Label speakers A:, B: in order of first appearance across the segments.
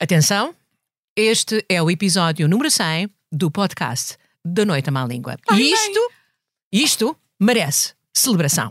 A: Atenção, este é o episódio número 100 do podcast da Noite à Má Língua. e isto, isto merece celebração.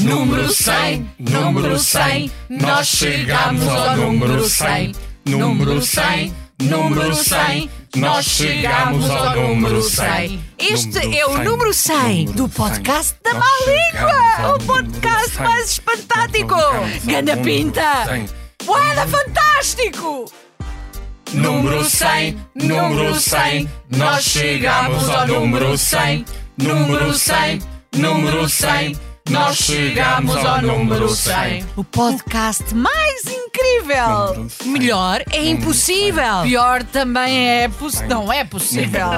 B: Número 100, número 100, nós chegamos ao número 100. Número 100, número 100, nós chegamos ao número 100.
A: Este é o número 100 do podcast da Má Língua, o podcast mais espantático. Ganda pinta! Uada fantástico!
B: Número 100, número 100, nós chegamos ao número 100. Número 100, número 100, nós chegamos ao número 100.
C: O podcast mais incrível!
A: Melhor é impossível.
C: Hum, Pior também é possível. Não é possível.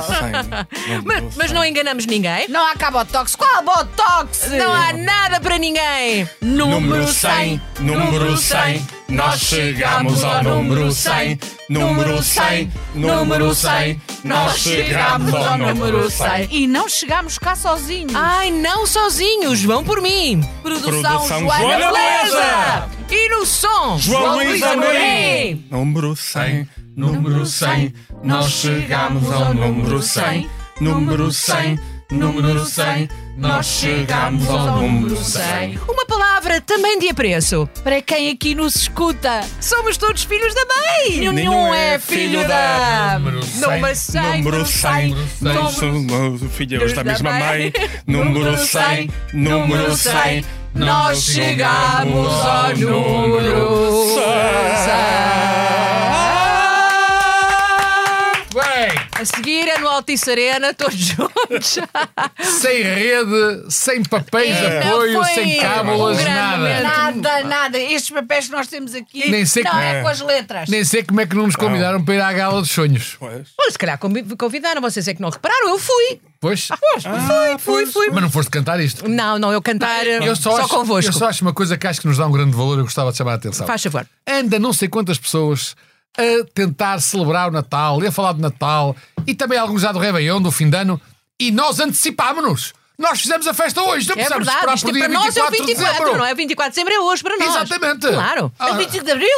A: Mas, mas
B: é
A: não enganamos ninguém.
C: Não há Botox. Qual é Botox?
A: Não há nada para ninguém.
B: Número 100, número 100, nós chegamos ao número 100. Número 100, número 100, nós chegamos ao número 100.
C: E não chegámos cá sozinhos.
A: Ai, não sozinhos, vão por mim. Produção,
B: Produção
A: Joana
B: Joana
A: Beleza. E no som,
B: João Luís
A: Amorim.
B: Amorim. Número 100, número 100, nós chegamos ao número 100. Número 100, número 100, nós chegamos ao número 100.
A: Uma palavra também de apreço.
C: Para quem aqui nos escuta,
A: Somos todos filhos da mãe.
C: nenhum é filho da.
B: Número
A: Número 100,
B: 100, número 100,
A: número 100,
B: somos filhos da
A: da
B: é mesma
A: mãe.
B: mãe. Número 100, número 100, nós chegamos ao número 100.
A: A seguir é no Altice Arena, todos juntos.
D: sem rede, sem papéis de
A: Então
D: apoio,
A: foi
D: sem
A: um
D: cábulas,
A: grande
D: nada.
A: momento.
C: Nada, nada. Estes papéis que nós temos aqui
D: Nem sei
C: não
D: como
C: é
D: é.
C: com as letras.
D: Nem sei como é que não nos convidaram para ir à gala dos sonhos.
A: Olha, se calhar convi- convidaram, vocês é que não repararam, eu fui.
D: Pois,
A: Fui, fui, fui.
D: mas não foste cantar isto.
A: Não, não, eu cantar
D: Eu só, acho,
A: convosco.
D: eu só acho uma coisa que acho que nos dá um grande valor e eu gostava de chamar a atenção.
A: Faz favor.
D: Anda não sei quantas pessoas a tentar celebrar o Natal e a falar de Natal e também alguns já do Réveillon, do fim de ano, e nós antecipámos-nos. Nós fizemos a festa hoje, não
A: É
D: precisamos
A: verdade,
D: esperar
A: isto
D: por dia
A: para nós é o
D: 24 de
A: 24,
D: dezembro.
A: não é? 24 de dezembro é hoje para nós.
D: Exatamente.
A: Claro.
D: Ah.
A: É 25 de abril.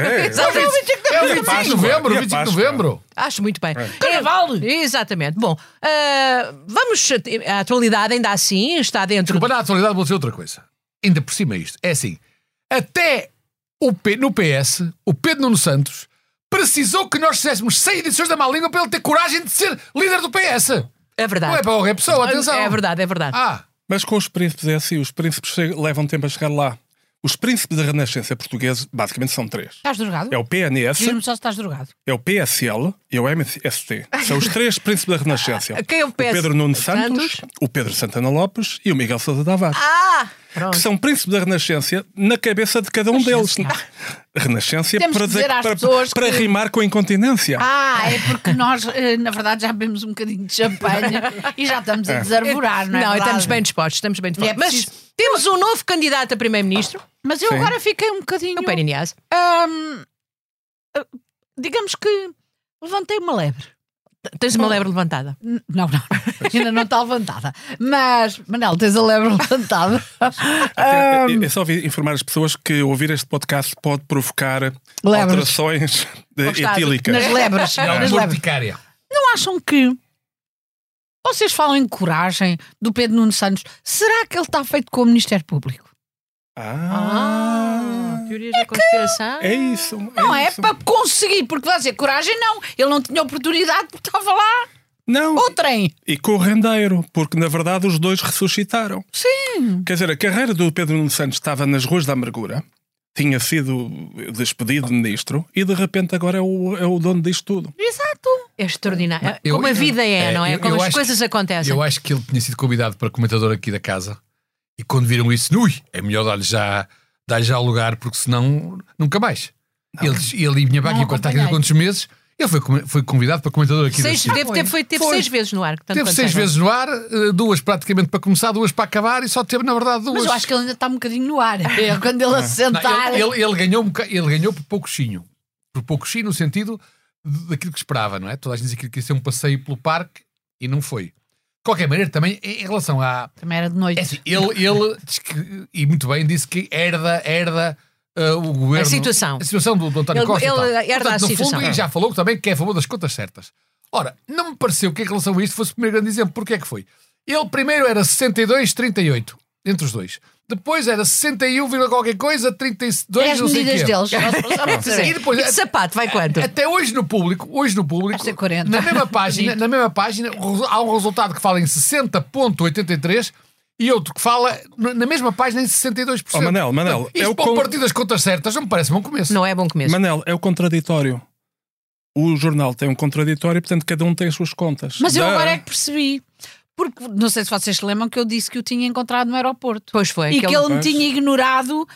A: Exatamente.
D: É o 25 de
B: Páscoa,
D: novembro,
B: é a
D: 25 de
B: Páscoa.
D: novembro.
A: Acho muito
D: É.
A: bem. Carnaval! Exatamente. Bom, ah, vamos. A atualidade ainda assim está dentro.
D: Desculpa, na atualidade vou dizer outra coisa. Ainda por cima isto. É assim, até o P- no PS, o Pedro Nuno Santos precisou que nós fizéssemos 100 edições da Má Língua para ele ter coragem de ser líder do PS.
A: É verdade.
D: Não é para qualquer pessoa, atenção.
A: É verdade, é verdade.
D: Ah,
E: Mas com os príncipes é assim, os príncipes che- levam tempo a chegar lá. Os príncipes da Renascença portugueses basicamente são três.
C: Estás drogado?
E: É o PNS,
C: Diz-me só se estás drogado.
E: é o PSL e é o MST. São os três príncipes da Renascença.
A: Quem é o PS?
E: Pedro Nuno
A: Santos?
E: Santos, o Pedro Santana Lopes e o Miguel Sousa Tavares.
A: Ah! Pronto.
E: Que são príncipes da Renascença na cabeça de cada um deles. Renascença
C: Temos
E: para,
C: que dizer às
E: para-
C: pessoas
E: para
C: que-
E: rimar com a incontinência.
C: Ah, é porque nós, eh, na verdade, já bebemos um bocadinho de champanhe e já estamos a desarvorar, não é? verdade?
A: estamos bem dispostos, estamos bem dispostos.
C: É
A: Mas
C: preciso-
A: temos um novo candidato a primeiro-ministro,
C: Mas eu
E: Sim.
C: agora fiquei um bocadinho.
A: é o Perinias.
C: Ahm, ah, digamos que levantei uma lebre.
A: Tens uma lebre levantada.
C: N- Não, não, ainda não está levantada. Mas, Manel, tens a lebre levantada.
E: Até-
C: hum.
E: É só vi- informar as pessoas que ouvir este podcast pode provocar
C: Lebres.
E: alterações eh,
A: Gostado.
E: etílicas.
C: Nas lebres.
D: é
C: Nas lebres.
D: urticária.
C: Não acham que. Vocês falam em coragem do Pedro Nuno Santos. Será que ele está feito com o Ministério Público?
E: Ah,
A: teorias da conspiração.
E: é isso.
C: Não é
E: isso.
C: para conseguir, porque vai dizer coragem não. Ele não tinha oportunidade porque estava lá.
B: Não.
C: Ou trem.
B: E com o rendeiro, porque na verdade os dois ressuscitaram.
C: Sim.
B: Quer dizer, a carreira do Pedro Nuno Santos estava nas ruas da amargura, tinha sido despedido de ministro e de repente agora é o, é o dono disto tudo.
C: Exato. É extraordinário.
D: eu-
C: Como a
D: eu-
C: vida é,
D: é,
C: não é?
D: eu-
C: Como
D: eu
C: as
D: acho
C: coisas
A: É
C: acontecem.
D: Eu acho que ele tinha sido convidado para comentador aqui da casa e quando viram isso, ui, é melhor dar-lhe já, dar já lugar porque senão nunca mais. Ele, ele vinha para aqui quando está aqui há quantos meses, ele foi, com- foi convidado para comentador aqui
C: Seis,
D: da SIC.
C: deve ter, foi, teve
D: Foi.
C: seis vezes no ar. portanto,
D: Teve
C: quando
D: seis
C: seja.
D: vezes no ar, eh, duas praticamente para começar, duas para acabar e só teve, na verdade, duas.
C: Mas eu acho que ele ainda está um bocadinho no ar. É, quando ele
D: Não,
C: assentar.
D: ele, ele- ele ganhou, um boca- ele ganhou por pouco chinho. Por pouco chinho no sentido de- daquilo que esperava, não é? Toda a gente dizia que ia ser um passeio pelo parque e não foi. De qualquer maneira, também, em em relação à...
C: Também era de noite.
D: é assim, ele, ele diz que- e muito bem, disse que herda, herda ah, o governo...
C: situação.
D: A situação do, do António
C: Ele-
D: Costa e
C: ele
D: tal.
C: herda a
D: Portanto, no
C: situação.
D: fundo, e já falou também que é a favor das contas certas. Ora, não me pareceu que em relação a isto fosse o primeiro grande exemplo. Porquê é que foi? Ele primeiro era 62,38, entre os dois. Depois era 61, vírgula qualquer coisa, 32,
C: É as
D: não sei
C: medidas
D: quê.
C: deles.
D: E depois- é-
C: e de sapato, vai
A: Então-
C: quanto?
D: Até hoje no público, hoje no público,
C: Esta é 40.
D: na mesma página, na mesma página, resu- há um resultado que fala em 60.83 e outro que fala na na mesma página em 62%.
B: Oh, Manel, Manel,
D: Isto
B: é o
D: para
B: con-
D: o partido das contas certas não me parece bom começo.
F: Não é bom começo.
B: Manel, é o contraditório. O jornal tem um contraditório, portanto cada um tem as suas contas.
C: Mas eu
B: Dá-
C: agora é que percebi. Porque não sei se vocês se lembram que eu disse que o tinha encontrado no aeroporto.
F: Pois foi.
C: e que ele me
B: Pois.
C: tinha ignorado,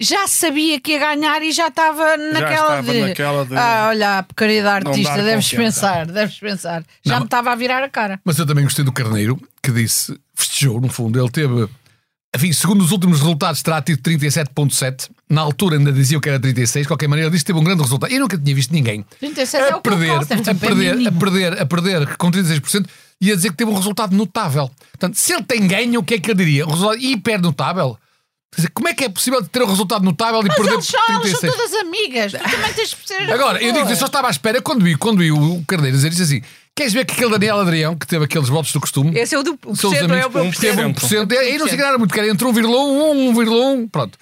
C: já sabia que ia ganhar e já estava naquela
B: estava
C: de.
B: naquela de-
C: Ah, olha, a porcaria da
B: Não
C: artista,
B: dar
C: deves
B: confiança."
C: pensar, deves pensar. Já
D: Não,
C: me estava a virar a cara.
D: Mas eu também gostei do Carneiro, que disse, festejou, no fundo, ele teve. Enfim, segundo os últimos resultados, terá tido 37,7. Na altura ainda diziam que era 36. De qualquer maneira, ele disse que teve um grande resultado. Eu nunca tinha visto ninguém
C: 37 é
D: a
C: o que eu
D: perder,
C: posso, deve
D: a
C: ser bem
D: perder, a
C: mínimo.
D: perder, a perder com 36% e a dizer que teve um resultado notável. Portanto, se ele tem ganho, o que é que ele diria? Um resultado hiper notável? Quer dizer, como é que é possível ter um resultado notável e
C: Mas
D: perder
C: eles são, eles são
D: 36%?
C: todas amigas. Tu também tens de ser.
D: Agora, eu digo, eu só estava à espera quando vi, quando vi o Carneiro dizer isto assim: queres ver que aquele Daniel Adrião, que teve aqueles votos do costume,
F: Esse é o do o
D: são
F: percento,
D: os
F: é o
D: amigos,
F: meu
B: um
D: teve
F: percento.
D: 1%,
B: 1%.
D: é, e aí não se ganharam muito, que era entre 1,1, 1,1, pronto.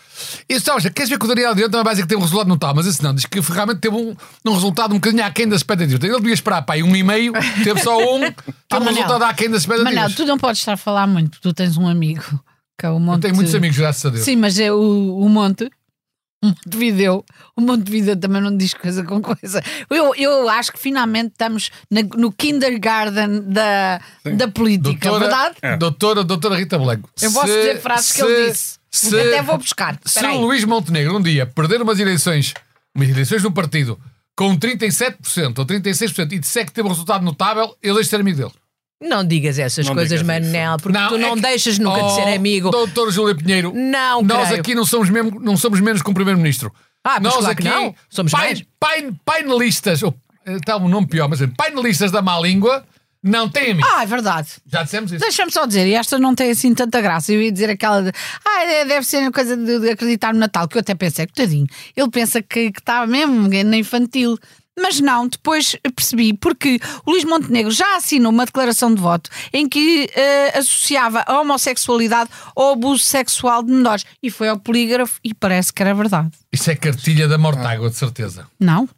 D: E se sabes, queres ver que o Daniel Adriano também vai dizer que teve um resultado notável, mas esse não, diz que realmente teve um, um resultado um bocadinho aquém das expectativas. Ele devia esperar, pá, aí um e meio, teve só um, teve um
C: Manel.
D: resultado aquém das expectativas.
C: Manel, tu não podes estar a falar muito, tu tens um amigo que é o Monte.
D: Eu tenho muitos amigos, graças a Deus.
C: Sim, mas é o, o Monte. O Montevideo, o Montevideo também não diz coisa com coisa. Eu, eu acho que finalmente estamos na- no kindergarten da, da política, verdade?
D: doutora, É. doutora, doutora Rita Blanco.
C: Eu posso
D: se-
C: dizer frases que ele disse.
D: se-
C: Até vou buscar.
D: Se
C: Espera aí.
D: o Luís Montenegro um dia perder umas eleições, umas eleições no partido, com 37% ou 36% e disser que teve um resultado notável, ele deixa de ser amigo dele.
F: Não digas essas
B: Não
F: coisas,
B: digas isso.
F: Manel, porque tu não
D: é que-
F: deixas nunca de ser
D: Oh,
F: amigo.
D: Doutor Júlio Pinheiro,
F: Não,
D: nós
F: creio.
D: aqui não somos, mesmo, não somos menos que um Primeiro-Ministro.
F: Ah, mas
D: nós
F: claro que
D: aqui,
F: não. Somos mais.
D: pain, pain, painelistas, ou, eh, está um nome pior, mas eh, painelistas da má língua, não têm amigos.
C: Ah, é verdade.
D: Já dissemos isso.
C: Deixa-me só dizer, e esta não tem assim tanta graça. Eu ia dizer aquela de. Ah, é- deve ser uma coisa de, de acreditar no Natal, que eu até pensei, coitadinho, ele pensa que que está mesmo na infantil. Mas não, depois percebi, porque o Luís Montenegro já assinou uma declaração de voto em que eh, associava a homossexualidade ao abuso sexual de menores. E foi ao polígrafo e parece que era verdade.
D: Isso é cartilha da Mortágua, de certeza.
C: Não?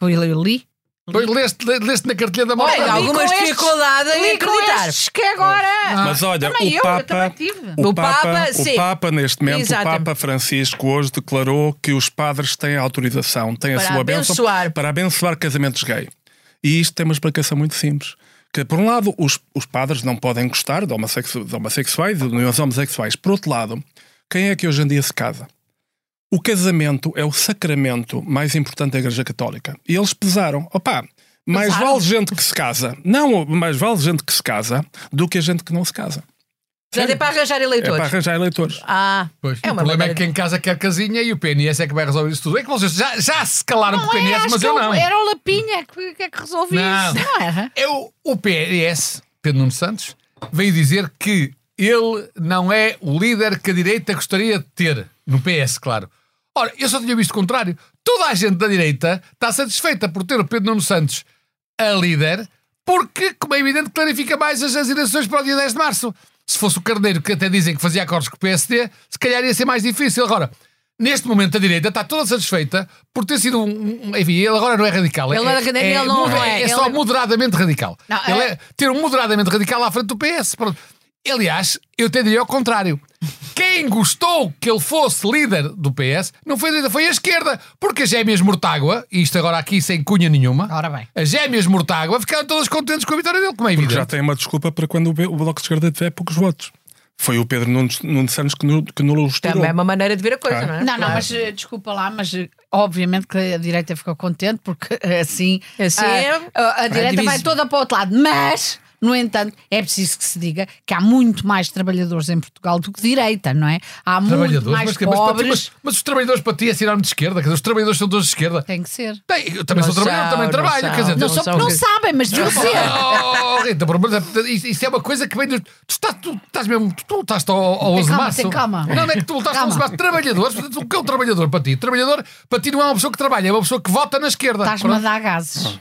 C: Foi eu li.
D: Pois leste, leste na cartilha da
F: Tem
D: Mortágua.
F: alguma
C: com estes-
F: dificuldade em
C: li com
F: acreditar.
C: estes que agora.
B: Mas olha,
C: também
B: o
C: eu,
B: Papa,
C: eu também tive.
B: O,
F: O
B: Papa,
F: Papa,
B: o
F: sim.
B: Papa, neste momento, o
F: Exatamente.
B: Papa Francisco hoje declarou que os padres têm autorização, têm
F: Para
B: a É sua bênção
F: abençoar.
B: para abençoar casamentos gay. E isto tem uma explicação muito simples. Que, por um lado, os, os padres não podem gostar de, homossexu- de homossexuais e de uniões homossexuais. Por outro lado, quem é que hoje em dia se casa? O casamento é o sacramento mais importante da Igreja Católica. E eles pesaram. Opa, mais vale gente que se casa. Não, mais vale gente que se casa do que a gente que não se casa.
F: Portanto, é para arranjar
B: É para
F: eleitores.
B: arranjar eleitores.
F: Ah,
D: Pois,
F: é
D: o
F: uma
D: problema é
F: maneira
D: que quem casa quer casinha e o PNS é que vai resolver isso tudo. É que vocês já, já se calaram com o
C: é,
D: PNS,
C: acho
D: mas
C: que
D: eu
C: é o-
D: não.
C: Era o Lapinha que, que é que resolvia
D: Não.
C: isso, não era?
D: É o, o PNS, Pedro Nuno Santos, veio dizer que ele não é o líder que a direita gostaria de ter. No PS, claro. Ora, eu só tinha visto o contrário. Toda a gente da direita está satisfeita por ter o Pedro Nuno Santos a líder, porque, como é evidente, clarifica mais as, as eleições para o dia 10 de março. Se fosse o Carneiro, que até dizem que fazia acordos com o PSD, se calhar ia ser mais difícil. Agora, Neste momento, a direita está toda satisfeita por ter sido um. um- Enfim, ele agora não é radical.
F: Ele
D: é,
F: era- ele não
D: moder-
F: é,
D: É só
F: ele-
D: moderadamente radical.
C: Não,
D: ele
C: é-
D: é ter um moderadamente radical à frente do PS. pronto. Aliás, eu até diria ao contrário. Quem gostou que ele fosse líder do PS não foi a direita, foi a esquerda. Porque as gêmeas Mortágua, e isto agora aqui sem cunha nenhuma,
C: Ora bem.
D: as gêmeas Mortágua ficaram todas contentes com a vitória dele, como é
B: Porque
D: evidente.
B: já tem uma desculpa para quando o B- o Bloco de Esquerda tiver poucos votos. Foi o Pedro Nunes, Nunes Santos que, nu- que nulo os tirou.
F: Também é uma maneira de ver a coisa,
B: Ah.
F: não é?
C: Não, não, mas eh, desculpa lá, mas eh, obviamente que a direita ficou contente porque eh, assim,
F: Assim
C: ah,
F: é-
C: a, a direita
F: diviso.
C: vai toda para o outro lado. Mas, no entanto, é preciso que se diga que há muito mais trabalhadores em Portugal do que direita, não é? Há muito
D: Trabalhadores,
C: mais
D: mas, que- mas, para ti-
C: pobres.
D: mas- mas os trabalhadores para ti é sinónimo de esquerda, quer dizer, os trabalhadores são todos de esquerda.
C: Tem que ser.
D: Bem, eu também
F: Não
D: sou trabalhador,
F: são,
D: também
F: não
D: trabalho,
F: são.
D: quer dizer,
F: Não
C: Não só
F: são
C: porque não
F: que-
C: sabem, mas
D: Ah,
C: deviam ser.
D: Oh, Rita, por amor de Deus, isso isso é uma coisa que vem dos. Tu estás, tu estás mesmo. Tu lutaste ao, ao
C: Tem calma,
D: Osmaço.
C: tem calma.
D: Não, não é que tu lutaste ao
C: Calma.
D: Osmaço. Trabalhadores, portanto, o que é um trabalhador para ti? Trabalhador para ti não é uma pessoa que trabalha, é uma pessoa que vota na esquerda.
C: Estás-me a
D: Pronto.
C: dar gases.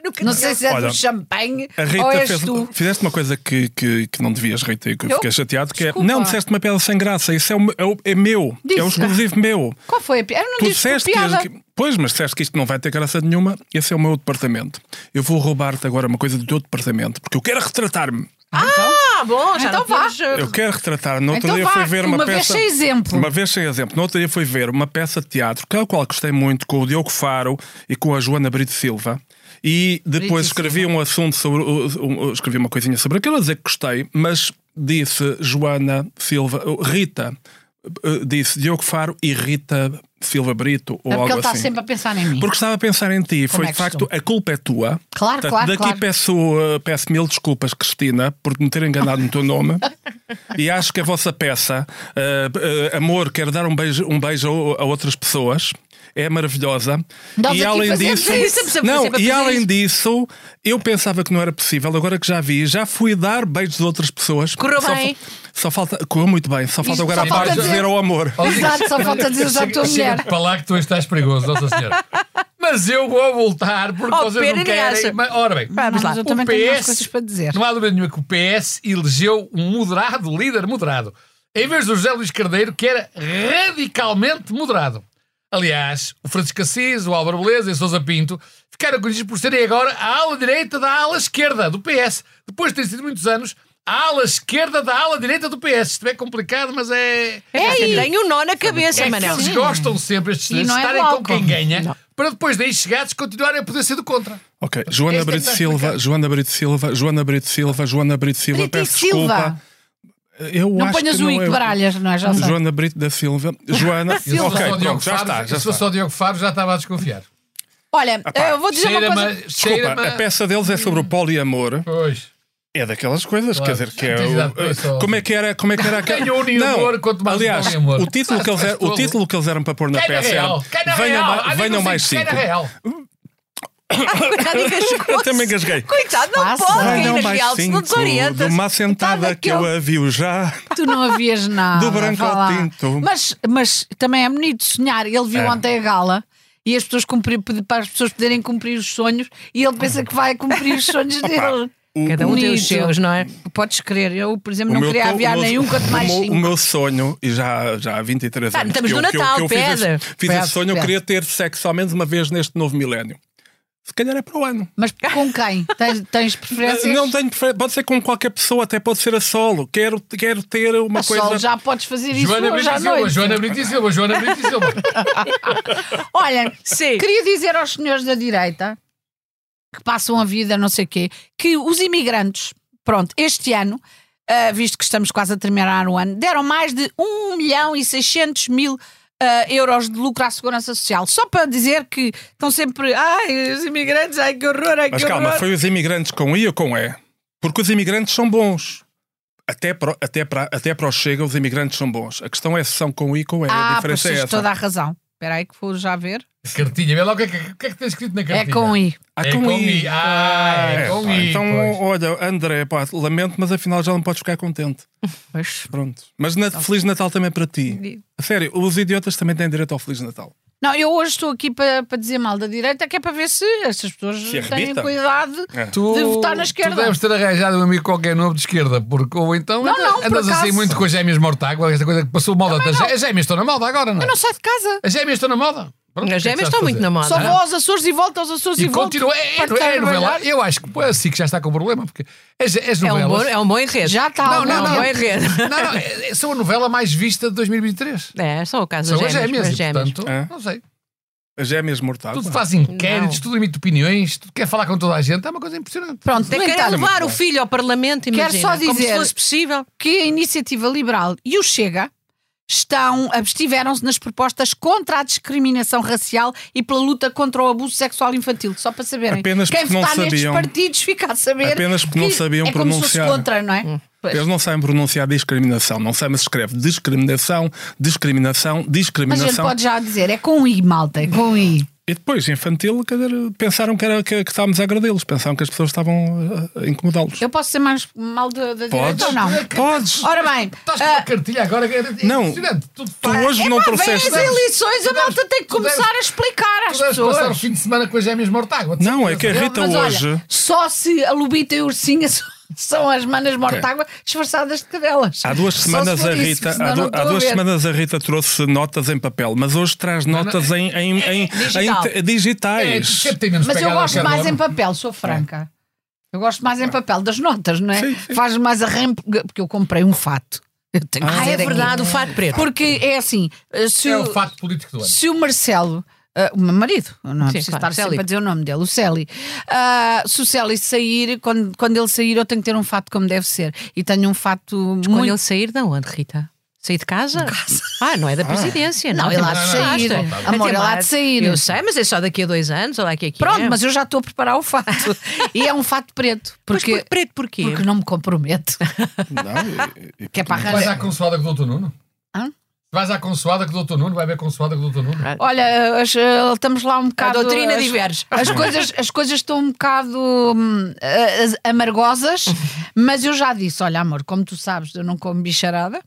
C: Não sei se é
B: Olha,
C: do champanhe
B: A Rita
C: ou és
B: fez-
C: tu.
B: fizeste uma coisa que, que, que não devias, Rita, e que eu
C: Eu?
B: fiquei chateado, que
C: Desculpa.
B: é não disseste uma piada sem graça, isso é, o- é, o- é meu, é
C: Disse.
B: um exclusivo meu.
C: Qual foi a piada? Eu não
B: Tu
C: disse por
B: disseste
C: piada.
B: que, que- Pois, mas disseste que isto não vai ter graça nenhuma, esse é o meu departamento. Eu vou roubar-te agora uma coisa do teu departamento, porque eu quero retratar-me.
F: Ah, bom, já
C: Então
F: não podemos,
C: vá.
F: eh,
B: Eu quero retratar. No outro
C: Então
B: dia
C: vá,
B: fui ver uma,
C: uma vez
B: peça.
C: sem exemplo.
B: Uma vez sem exemplo. No outro dia fui ver uma peça de teatro, que é a qual gostei muito, com o Diogo Faro e com a Joana Brito Silva. E depois escrevi um assunto sobre. o- um- um- escrevi uma coisinha sobre aquilo, a dizer que gostei, mas disse Joana Silva. oh, Rita. eh, Disse Diogo Faro e Rita Silva Brito, ou
C: É porque
B: algo
C: ele está
B: assim.
C: sempre a pensar em mim.
B: Porque estava a pensar em ti, foi
C: é
B: de
C: que
B: facto a culpa é tua.
C: Claro,
B: Portanto,
C: claro,
B: Daqui
C: claro.
B: Peço, uh, peço mil desculpas, Cristina, por me ter enganado no teu nome. e acho que a vossa peça, uh, uh, Amor, quero dar um beijo, um beijo a, a outras pessoas. É maravilhosa.
C: Nós
B: e
C: aqui
B: além
C: fazemos
B: disso,
C: isso, sempre, sempre,
B: não,
C: sempre
B: e
C: fazemos
B: além disso, eu pensava que não era possível, agora que já vi, já fui dar beijos a outras pessoas.
F: Correu
B: só,
F: bem.
B: fa- Só falta, correu muito bem, só falta
C: Isto
B: agora
C: só
B: a
C: falta
B: parte de
C: dizer-
B: dizer ao amor.
C: Exato, só falta dizer já a tua mulher.
D: para lá que tu estás perigoso, Nossa Senhora. Mas eu vou voltar porque
F: Oh,
D: vocês não
F: pera,
D: querem.
F: aliás.
D: Mas, ora bem,
F: Vamos
C: Não,
F: lá.
C: mas eu
D: o
C: também tenho mais
D: PS
C: coisas para dizer.
D: Não há dúvida nenhuma que o PS elegeu um moderado, líder moderado, em vez do José Luís Carneiro, que era radicalmente moderado. Aliás, o Francisco Assis, o Álvaro Beleza e o Sousa Pinto ficaram conhecidos por serem agora a ala direita da ala esquerda do PS. Depois de terem sido muitos anos, a ala esquerda da ala direita do PS. Isto é complicado, mas é...
F: Ei, tenho um nó na cabeça,
D: É que
F: Manel.
D: eles gostam sempre estes
C: E
D: de
C: não é
D: estarem
C: bloco.
D: com quem ganha, para depois daí chegados continuarem a poder ser do contra.
B: Ok, Joana
D: Este é que
B: Brito
D: está
B: Silva, Joana Brito Silva, Joana Brito Silva, Joana Brito Silva,
C: Brito e
B: peço
C: Silva.
B: desculpa. Eu
C: Não
B: acho
C: ponhas
B: que
C: o
B: não
C: I
B: é-
C: que baralhas, não é? Já sei.
B: Joana Brito da Silva, Joana.
D: E se fosse
B: ok,
D: só
B: pronto,
D: Diogo
B: já
D: Faro,
B: está, já
D: se fosse
B: está.
D: só Diogo Faro, já estava a desconfiar.
C: Olha, eu vou dizer uma
D: Cheira-me,
C: coisa.
D: cheira-me.
B: Desculpa, a peça deles é sobre o poliamor.
D: Pois.
B: É daquelas coisas,
D: Claro,
B: quer dizer, que é.
D: tens idade para isso,
B: O, como é que era? Como é que era aquela-
D: Tenho unido
B: Não,
D: amor, quanto mais
B: Aliás,
D: unido amor.
B: o título, que eles, eram- o
D: Estás
B: título que eles eram para pôr na
D: Cai na
B: peça
D: real, cai na
B: era Venham,
D: real.
B: ma-
D: Ah, digo
B: venham
D: assim,
B: mais
D: cai
B: cinco.
D: na real.
B: Eu também gasguei.
F: Coitado, não
C: Passa.
F: pode,
C: Venham
F: ainda
B: mais
F: real, se não
B: cinco, de
F: desorientas.
B: uma assentada que eu
C: daquele-
B: a viu já.
C: Tu não havias nada.
B: Do branco
C: vá
B: ao
C: lá.
B: tinto.
C: Mas, mas também é bonito sonhar. Ele viu
B: É.
C: ontem a gala e as pessoas cumprir, pedir- para as pessoas poderem cumprir os sonhos e ele pensa que vai cumprir os sonhos dele.
F: Cada um tem os
C: Bonito.
F: seus, não é?
C: Podes crer. Eu, por exemplo,
B: O
C: não
B: meu
C: queria
B: to-
C: aviar
B: o meu- um-
C: nenhum, quanto mais
B: o meu, o
C: cinco. Tá,
B: meu sonho, e já, já há 23
F: Ah,
B: anos.
F: estamos
B: que eu,
F: no
B: que eu-
F: Natal,
B: que eu fiz esse-
F: pede.
B: Fiz,
C: Pede,
B: esse sonho, eu
C: pede.
B: queria ter sexo ao menos uma vez neste novo milénio. Se calhar é para o ano. Eh,
C: Mas com quem? Tens, tens preferências?
B: Não tenho prefer- Pode ser com qualquer pessoa, até pode ser a solo. Quero, quero ter uma
C: Ah,
B: coisa.
C: Sol, já podes fazer isso
D: Joana
C: hoje
D: Brito
C: à
D: e Silva,
C: noite.
D: Joana Brito e Silva, Joana Brito e Silva.
C: Olha,
F: Sim.
C: queria dizer aos senhores da direita que passam a vida, não sei o quê, que os imigrantes, pronto, este ano, ah, visto que estamos quase a terminar o ano, deram mais de 1 milhão e 600 mil ah, euros de lucro à Segurança Social. Só para dizer que estão sempre. Ai, os imigrantes, ai que horror, ai que
B: Mas calma,
C: horror.
B: foi os imigrantes com I ou com E? Porque os imigrantes são bons. Até para, o- até, para, até para o Chega, os imigrantes são bons. A questão é se são com I ou com E. a
C: Ah, pois
B: diferença é
C: tens
B: essa.
C: toda a razão. Espera aí que vou já ver.
D: Cartinha, vê lá o que é que, o que, é que tem escrito na
C: É
D: cartinha.
C: com I.
B: Ah,
D: É com I. Ah, é com
B: pá,
D: I.
B: Então,
D: pois.
B: olha, André, pá, lamento, mas afinal já não podes ficar contente.
C: Pois. Tá
B: Pronto. Mas na- Feliz Natal também para ti. A sério, os idiotas também têm direito ao Feliz Natal.
C: Não, eu hoje estou aqui para, para dizer mal da direita, que é para ver se estas pessoas
B: Se É.
C: têm
B: arrebitam.
C: cuidado
D: Tu,
C: de votar na esquerda.
D: tu deves ter arranjado um amigo qualquer novo de esquerda, porque ou então
C: Não, não, por
D: andas assim
C: acaso.
D: muito com as gêmeas mortágua, esta coisa que passou moda. Das
C: não.
D: gé- As gêmeas estão na moda agora, não é?
C: Eu não saio de casa.
D: As gêmeas estão na moda. Pronto, o que é
G: As
D: que
G: gêmeas
D: sabes
G: estão muito
D: fazer?
G: na moda.
C: Só vou aos Açores e volto aos Açores e,
D: é? E
C: volto.
D: continua, é, é,
C: para
D: é, é
C: trabalhar.
D: novelar. Eu acho que pô, assim que já está com problema, porque as, as
G: É um, bom,
D: novelas.
G: é um bom enredo.
C: Já está,
G: Não, não,
C: não,
G: é um
C: não.
G: bom enredo.
D: Não, não, é- é- são a novela mais vista de 2023.
G: É, só o caso
D: São
G: das
D: as gêmeas,
G: gêmeas.
D: e,
G: As gêmeas.
D: portanto,
B: É. Ah,
D: não sei.
B: As gêmeas mortais.
D: Tudo faz inquéritos, tudo emite opiniões, tudo quer falar com toda a gente, é uma coisa impressionante.
C: Pronto,
G: Até
C: no
G: querem
C: entanto,
G: levar o filho ao Parlamento, imagina.
C: Quero só
G: Como se
C: dizer-
G: fosse possível.
C: que a Iniciativa Liberal e o Chega estão, abstiveram-se nas propostas contra a discriminação racial e pela luta contra o abuso sexual infantil, só para saberem.
B: Apenas
C: Quem
B: porque não
C: votar nestes
B: sabiam.
C: partidos fica a saber.
B: Apenas porque não
C: que
B: sabiam
C: é como se fosse
B: pronunciar.
C: contra, não é?
D: Hum,
C: Pois.
B: Eles não sabem pronunciar discriminação, não sabem se escreve discriminação, discriminação,
C: Mas a gente
B: discriminação.
C: pode já dizer, é com I, malta, é com I.
B: E depois, infantil, quer dizer, pensaram que, era, que, que estávamos a agradê-los, pensaram que as pessoas estavam a, a incomodá-los.
C: Eu posso ser mais mal da
B: Podes?
C: da direita ou Então não?
B: Podes!
C: Ora bem,
D: Estás com uma
C: ah,
D: cartilha agora, é é
B: Não,
D: impressionante. Tu,
B: Tu hoje não
C: epá, vêm É as
B: trouxeste.
C: eleições, a malta tem que
D: Tu deves-
C: começar a explicar às
D: tu deves passar o
C: pessoas.
D: fim de semana com as gêmeas mortágua. de
B: Não, é que a
D: certeza.
B: Rita
C: Mas
B: hoje.
C: olha, só se a Lubita e a Ursinha são- são as manas mortágua disfarçadas de cadelas.
B: Há duas
C: Só
B: semanas
C: se for
B: a
C: isso,
B: Rita,
C: senão
B: há, du-
C: não estou
B: há
C: a
B: duas
C: ver.
B: semanas a Rita trouxe notas em papel, mas hoje traz notas em, em- em-
G: Digital.
B: em te-
D: É,
B: digitais.
D: sempre tem menos
C: Mas eu
D: pegada
C: gosto
D: ao É
C: mais
D: carbono.
C: em papel, sou franca. Eu gosto mais em papel das notas, não é?
B: Sim, sim.
C: Faz mais a rem... porque eu comprei um fato. Eu tenho que
G: Ah,
C: dizer
G: é
C: aqui.
G: verdade, o fato preto.
C: Porque é assim, se
D: É
C: o-
D: o fato político do ano.
C: se o Marcelo, ah, o meu marido, eu não
G: Sim,
C: preciso
G: claro,
C: estar
G: Célio.
C: sempre a dizer o nome dele, o Célio, ah, se o Célio sair, quando, quando ele sair, eu tenho que ter um fato como deve ser. E tenho um fato
G: Quando
C: muito.
G: ele sair, de onde, Rita? Sair de casa? Ah, não é da presidência.
C: Não,
G: não,
C: ele
G: tem
C: há de
G: mais
C: sair.
G: pasta.
C: Amor,
G: Até
C: ele há de
G: março.
C: sair.
G: Eu sei, mas é só daqui a dois anos, olha aqui, aqui.
C: Pronto,
G: é.
C: mas eu já estou a preparar o fato. e é um fato preto.
G: Mas
C: Porque,
G: por- preto porquê?
C: porque não me comprometo.
B: Não, e- e-
C: que é para
D: Vais à
C: arranjar.
D: consoada com o Dr. Nuno?
C: Hã?
D: Vais à consoada com o Dr. Nuno? Vai haver consoada com o Dr. Nuno?
C: Olha, as- eh, estamos lá um
G: A
C: bocado.
G: doutrina
C: as-
G: diverge.
C: As coisas, as coisas estão um bocado hum, as- amargosas, mas eu já disse: olha, amor, como tu sabes, eu não como bicharada,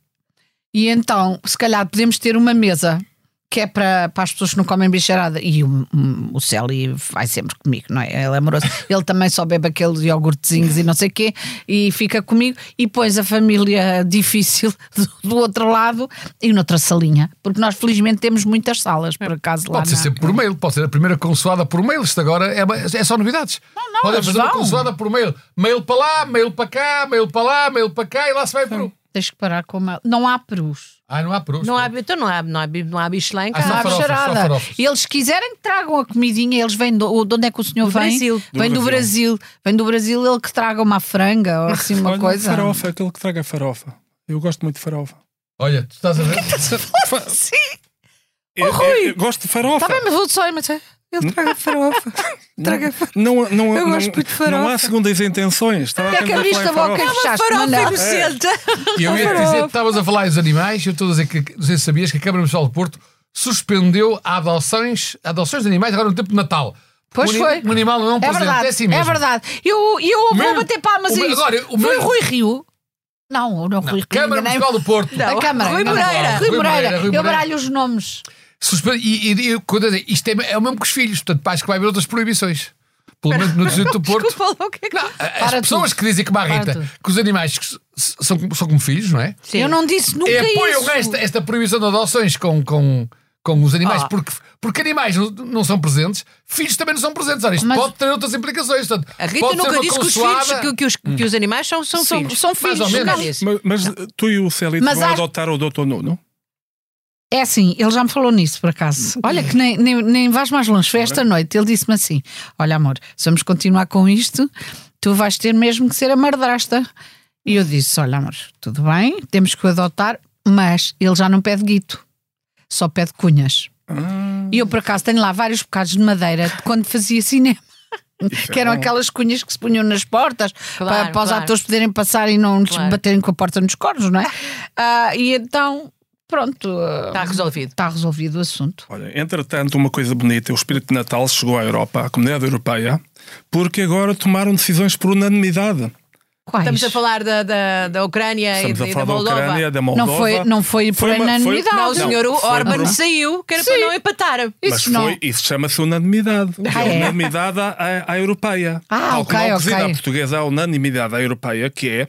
C: e então se calhar podemos ter uma mesa que é para, para as pessoas que não comem bicharada. E o, um, o Celi vai sempre comigo, não é? Ele é amoroso. Ele também só bebe aqueles iogurtezinhos e não sei o quê, e fica comigo, e pões a família difícil do, do outro lado e noutra salinha, porque nós felizmente temos muitas salas, por acaso lá.
D: É. Pode ser
C: na-
D: sempre por mail, pode ser a primeira consoada por mail. Isto agora é, é só novidades. Não,
C: não, é um.
D: Podem
C: eles
D: fazer uma
C: vão.
D: consoada por mail. Mail para lá, mail para cá, mail para lá, mail para cá e lá se vai Peru.
C: Tens que parar com uma. Não há perus.
D: Ah, não há Peru.
G: Não há, então não há, não, há, bi- não há bicho lá em
D: Ah, só
C: Não
G: casa.
C: há
D: farofas, só
C: bicharada.
D: farofas.
C: Eles quiserem que tragam a comidinha, eles vêm. Do, de onde é que o senhor vem?
G: Brasil.
C: Vem
B: Do
C: do Brasil. Vem do Brasil, ele que traga uma franga ou assim uma
B: Olha,
C: coisa.
B: Farofa, aquele que traga farofa. Eu gosto muito de farofa.
D: Olha, tu estás a ver?
B: Fa-
C: Sim,
B: eu, eu-
C: Oh, Rui!
B: eu gosto de farofa.
C: está Tá bem, mas vou só. Mas é, ele traga farofa. traga farofa.
B: Não, não,
C: Eu
B: não,
C: gosto muito de farofa.
B: não há segundas intenções. Estava
C: Que é que
B: tentar
C: abriste
B: falar em
C: a boca e
B: farofa.
C: fechaste? Não, não.
G: inocente.
D: E eu ia te dizer que estavas a falar dos animais, eu estou a dizer que não sei se sabias que a Câmara Municipal do Porto suspendeu adoções, adoções de animais agora no tempo de Natal.
C: Pois
D: um, ani-
C: foi.
D: Um animal não é um
C: É
D: presente,
C: verdade.
D: é assim mesmo.
C: é verdade. Eu, eu vou
D: Mesmo-
C: bater palmas
D: o
C: a
D: meu-
C: isso.
D: agora, o
C: Foi
D: meu-
C: o Rui Rio. Não, não, Rui Rio.
D: Câmara
C: enganei-me.
D: Municipal do Porto.
C: A Câmara.
G: Rui
C: não, não.
G: Moreira.
C: Rui
D: Rui Moreira,
C: Moreira.
D: Rui
C: Eu
D: Moreira.
C: baralho os nomes.
D: Suspe- E, e, e quando eu digo, isto é, é o mesmo que os filhos, portanto, pá, acho que vai haver outras proibições. Pelo menos no Distrito do Porto.
G: Desculpa lá, o que é que...
D: Não, a- as
C: Para
D: pessoas
C: tudo.
D: que dizem que Marrita,
C: Para tudo.
D: que os animais que s- s- são, como- são como filhos, não é?
G: Sim.
C: Eu não disse nunca
D: E
C: isso.
D: apoiam esta, esta proibição de adoções com, com, com os animais,
G: Ah.
D: porque, porque animais não, não são presentes, filhos também não são presentes. Ora, isto
C: Mas-
D: pode ter outras implicações. Portanto,
G: A Rita
D: pode ser
G: nunca
D: uma
G: disse que os,
D: consoada-
G: filhos, que, que os, que os animais são, são, são,
B: Sim.
C: São
D: Mais
C: filhos.
D: ou menos.
C: não.
G: Não.
B: Mas, mas, eh, tu e o Célio
C: Mas
B: vão
C: há-
B: adotar o Dr. Nuno?
C: É assim, ele já me falou nisso, por acaso. Olha, que nem, nem, nem vais mais longe. Foi esta noite. Ele disse-me assim: Olha, amor, se vamos continuar com isto, tu vais ter mesmo que ser a madrasta. E eu disse: Olha, amor, tudo bem, temos que o adotar, mas ele já não pede guito, só pede cunhas. E eu, por acaso, tenho lá vários bocados de madeira de quando fazia cinema. Que eram
B: bom.
C: aquelas cunhas que se punham nas portas
G: Claro,
C: para, para os
G: claro.
C: atores poderem passar e não lhes
G: Claro.
C: baterem com a porta nos cornos, não é? Ah, e então, pronto. ah,
G: Está resolvido.
C: Está resolvido o assunto.
B: Olha, entretanto, uma coisa bonita, o espírito de Natal chegou à Europa, à comunidade europeia, porque agora tomaram decisões por unanimidade.
C: Quais?
A: Estamos a falar da, da, da Ucrânia
B: Estamos
A: e
B: a
A: É, de- da
B: falar da
A: Moldova.
B: Ucrânia, da Moldova.
C: Não foi, não foi por
B: Foi uma- foi-
C: unanimidade.
A: Não, o
B: Não,
A: senhor
B: foi-
A: Orban
B: não.
A: saiu, que era para
C: Sim.
A: não empatar.
B: Mas
C: Isso não.
B: foi, isso chama-se unanimidade.
C: Ah,
B: é
C: é?
B: unanimidade à, à europeia.
C: Ah,
B: Tal
C: ok,
B: como a oposida
C: ok.
B: à portuguesa, há unanimidade à europeia, que é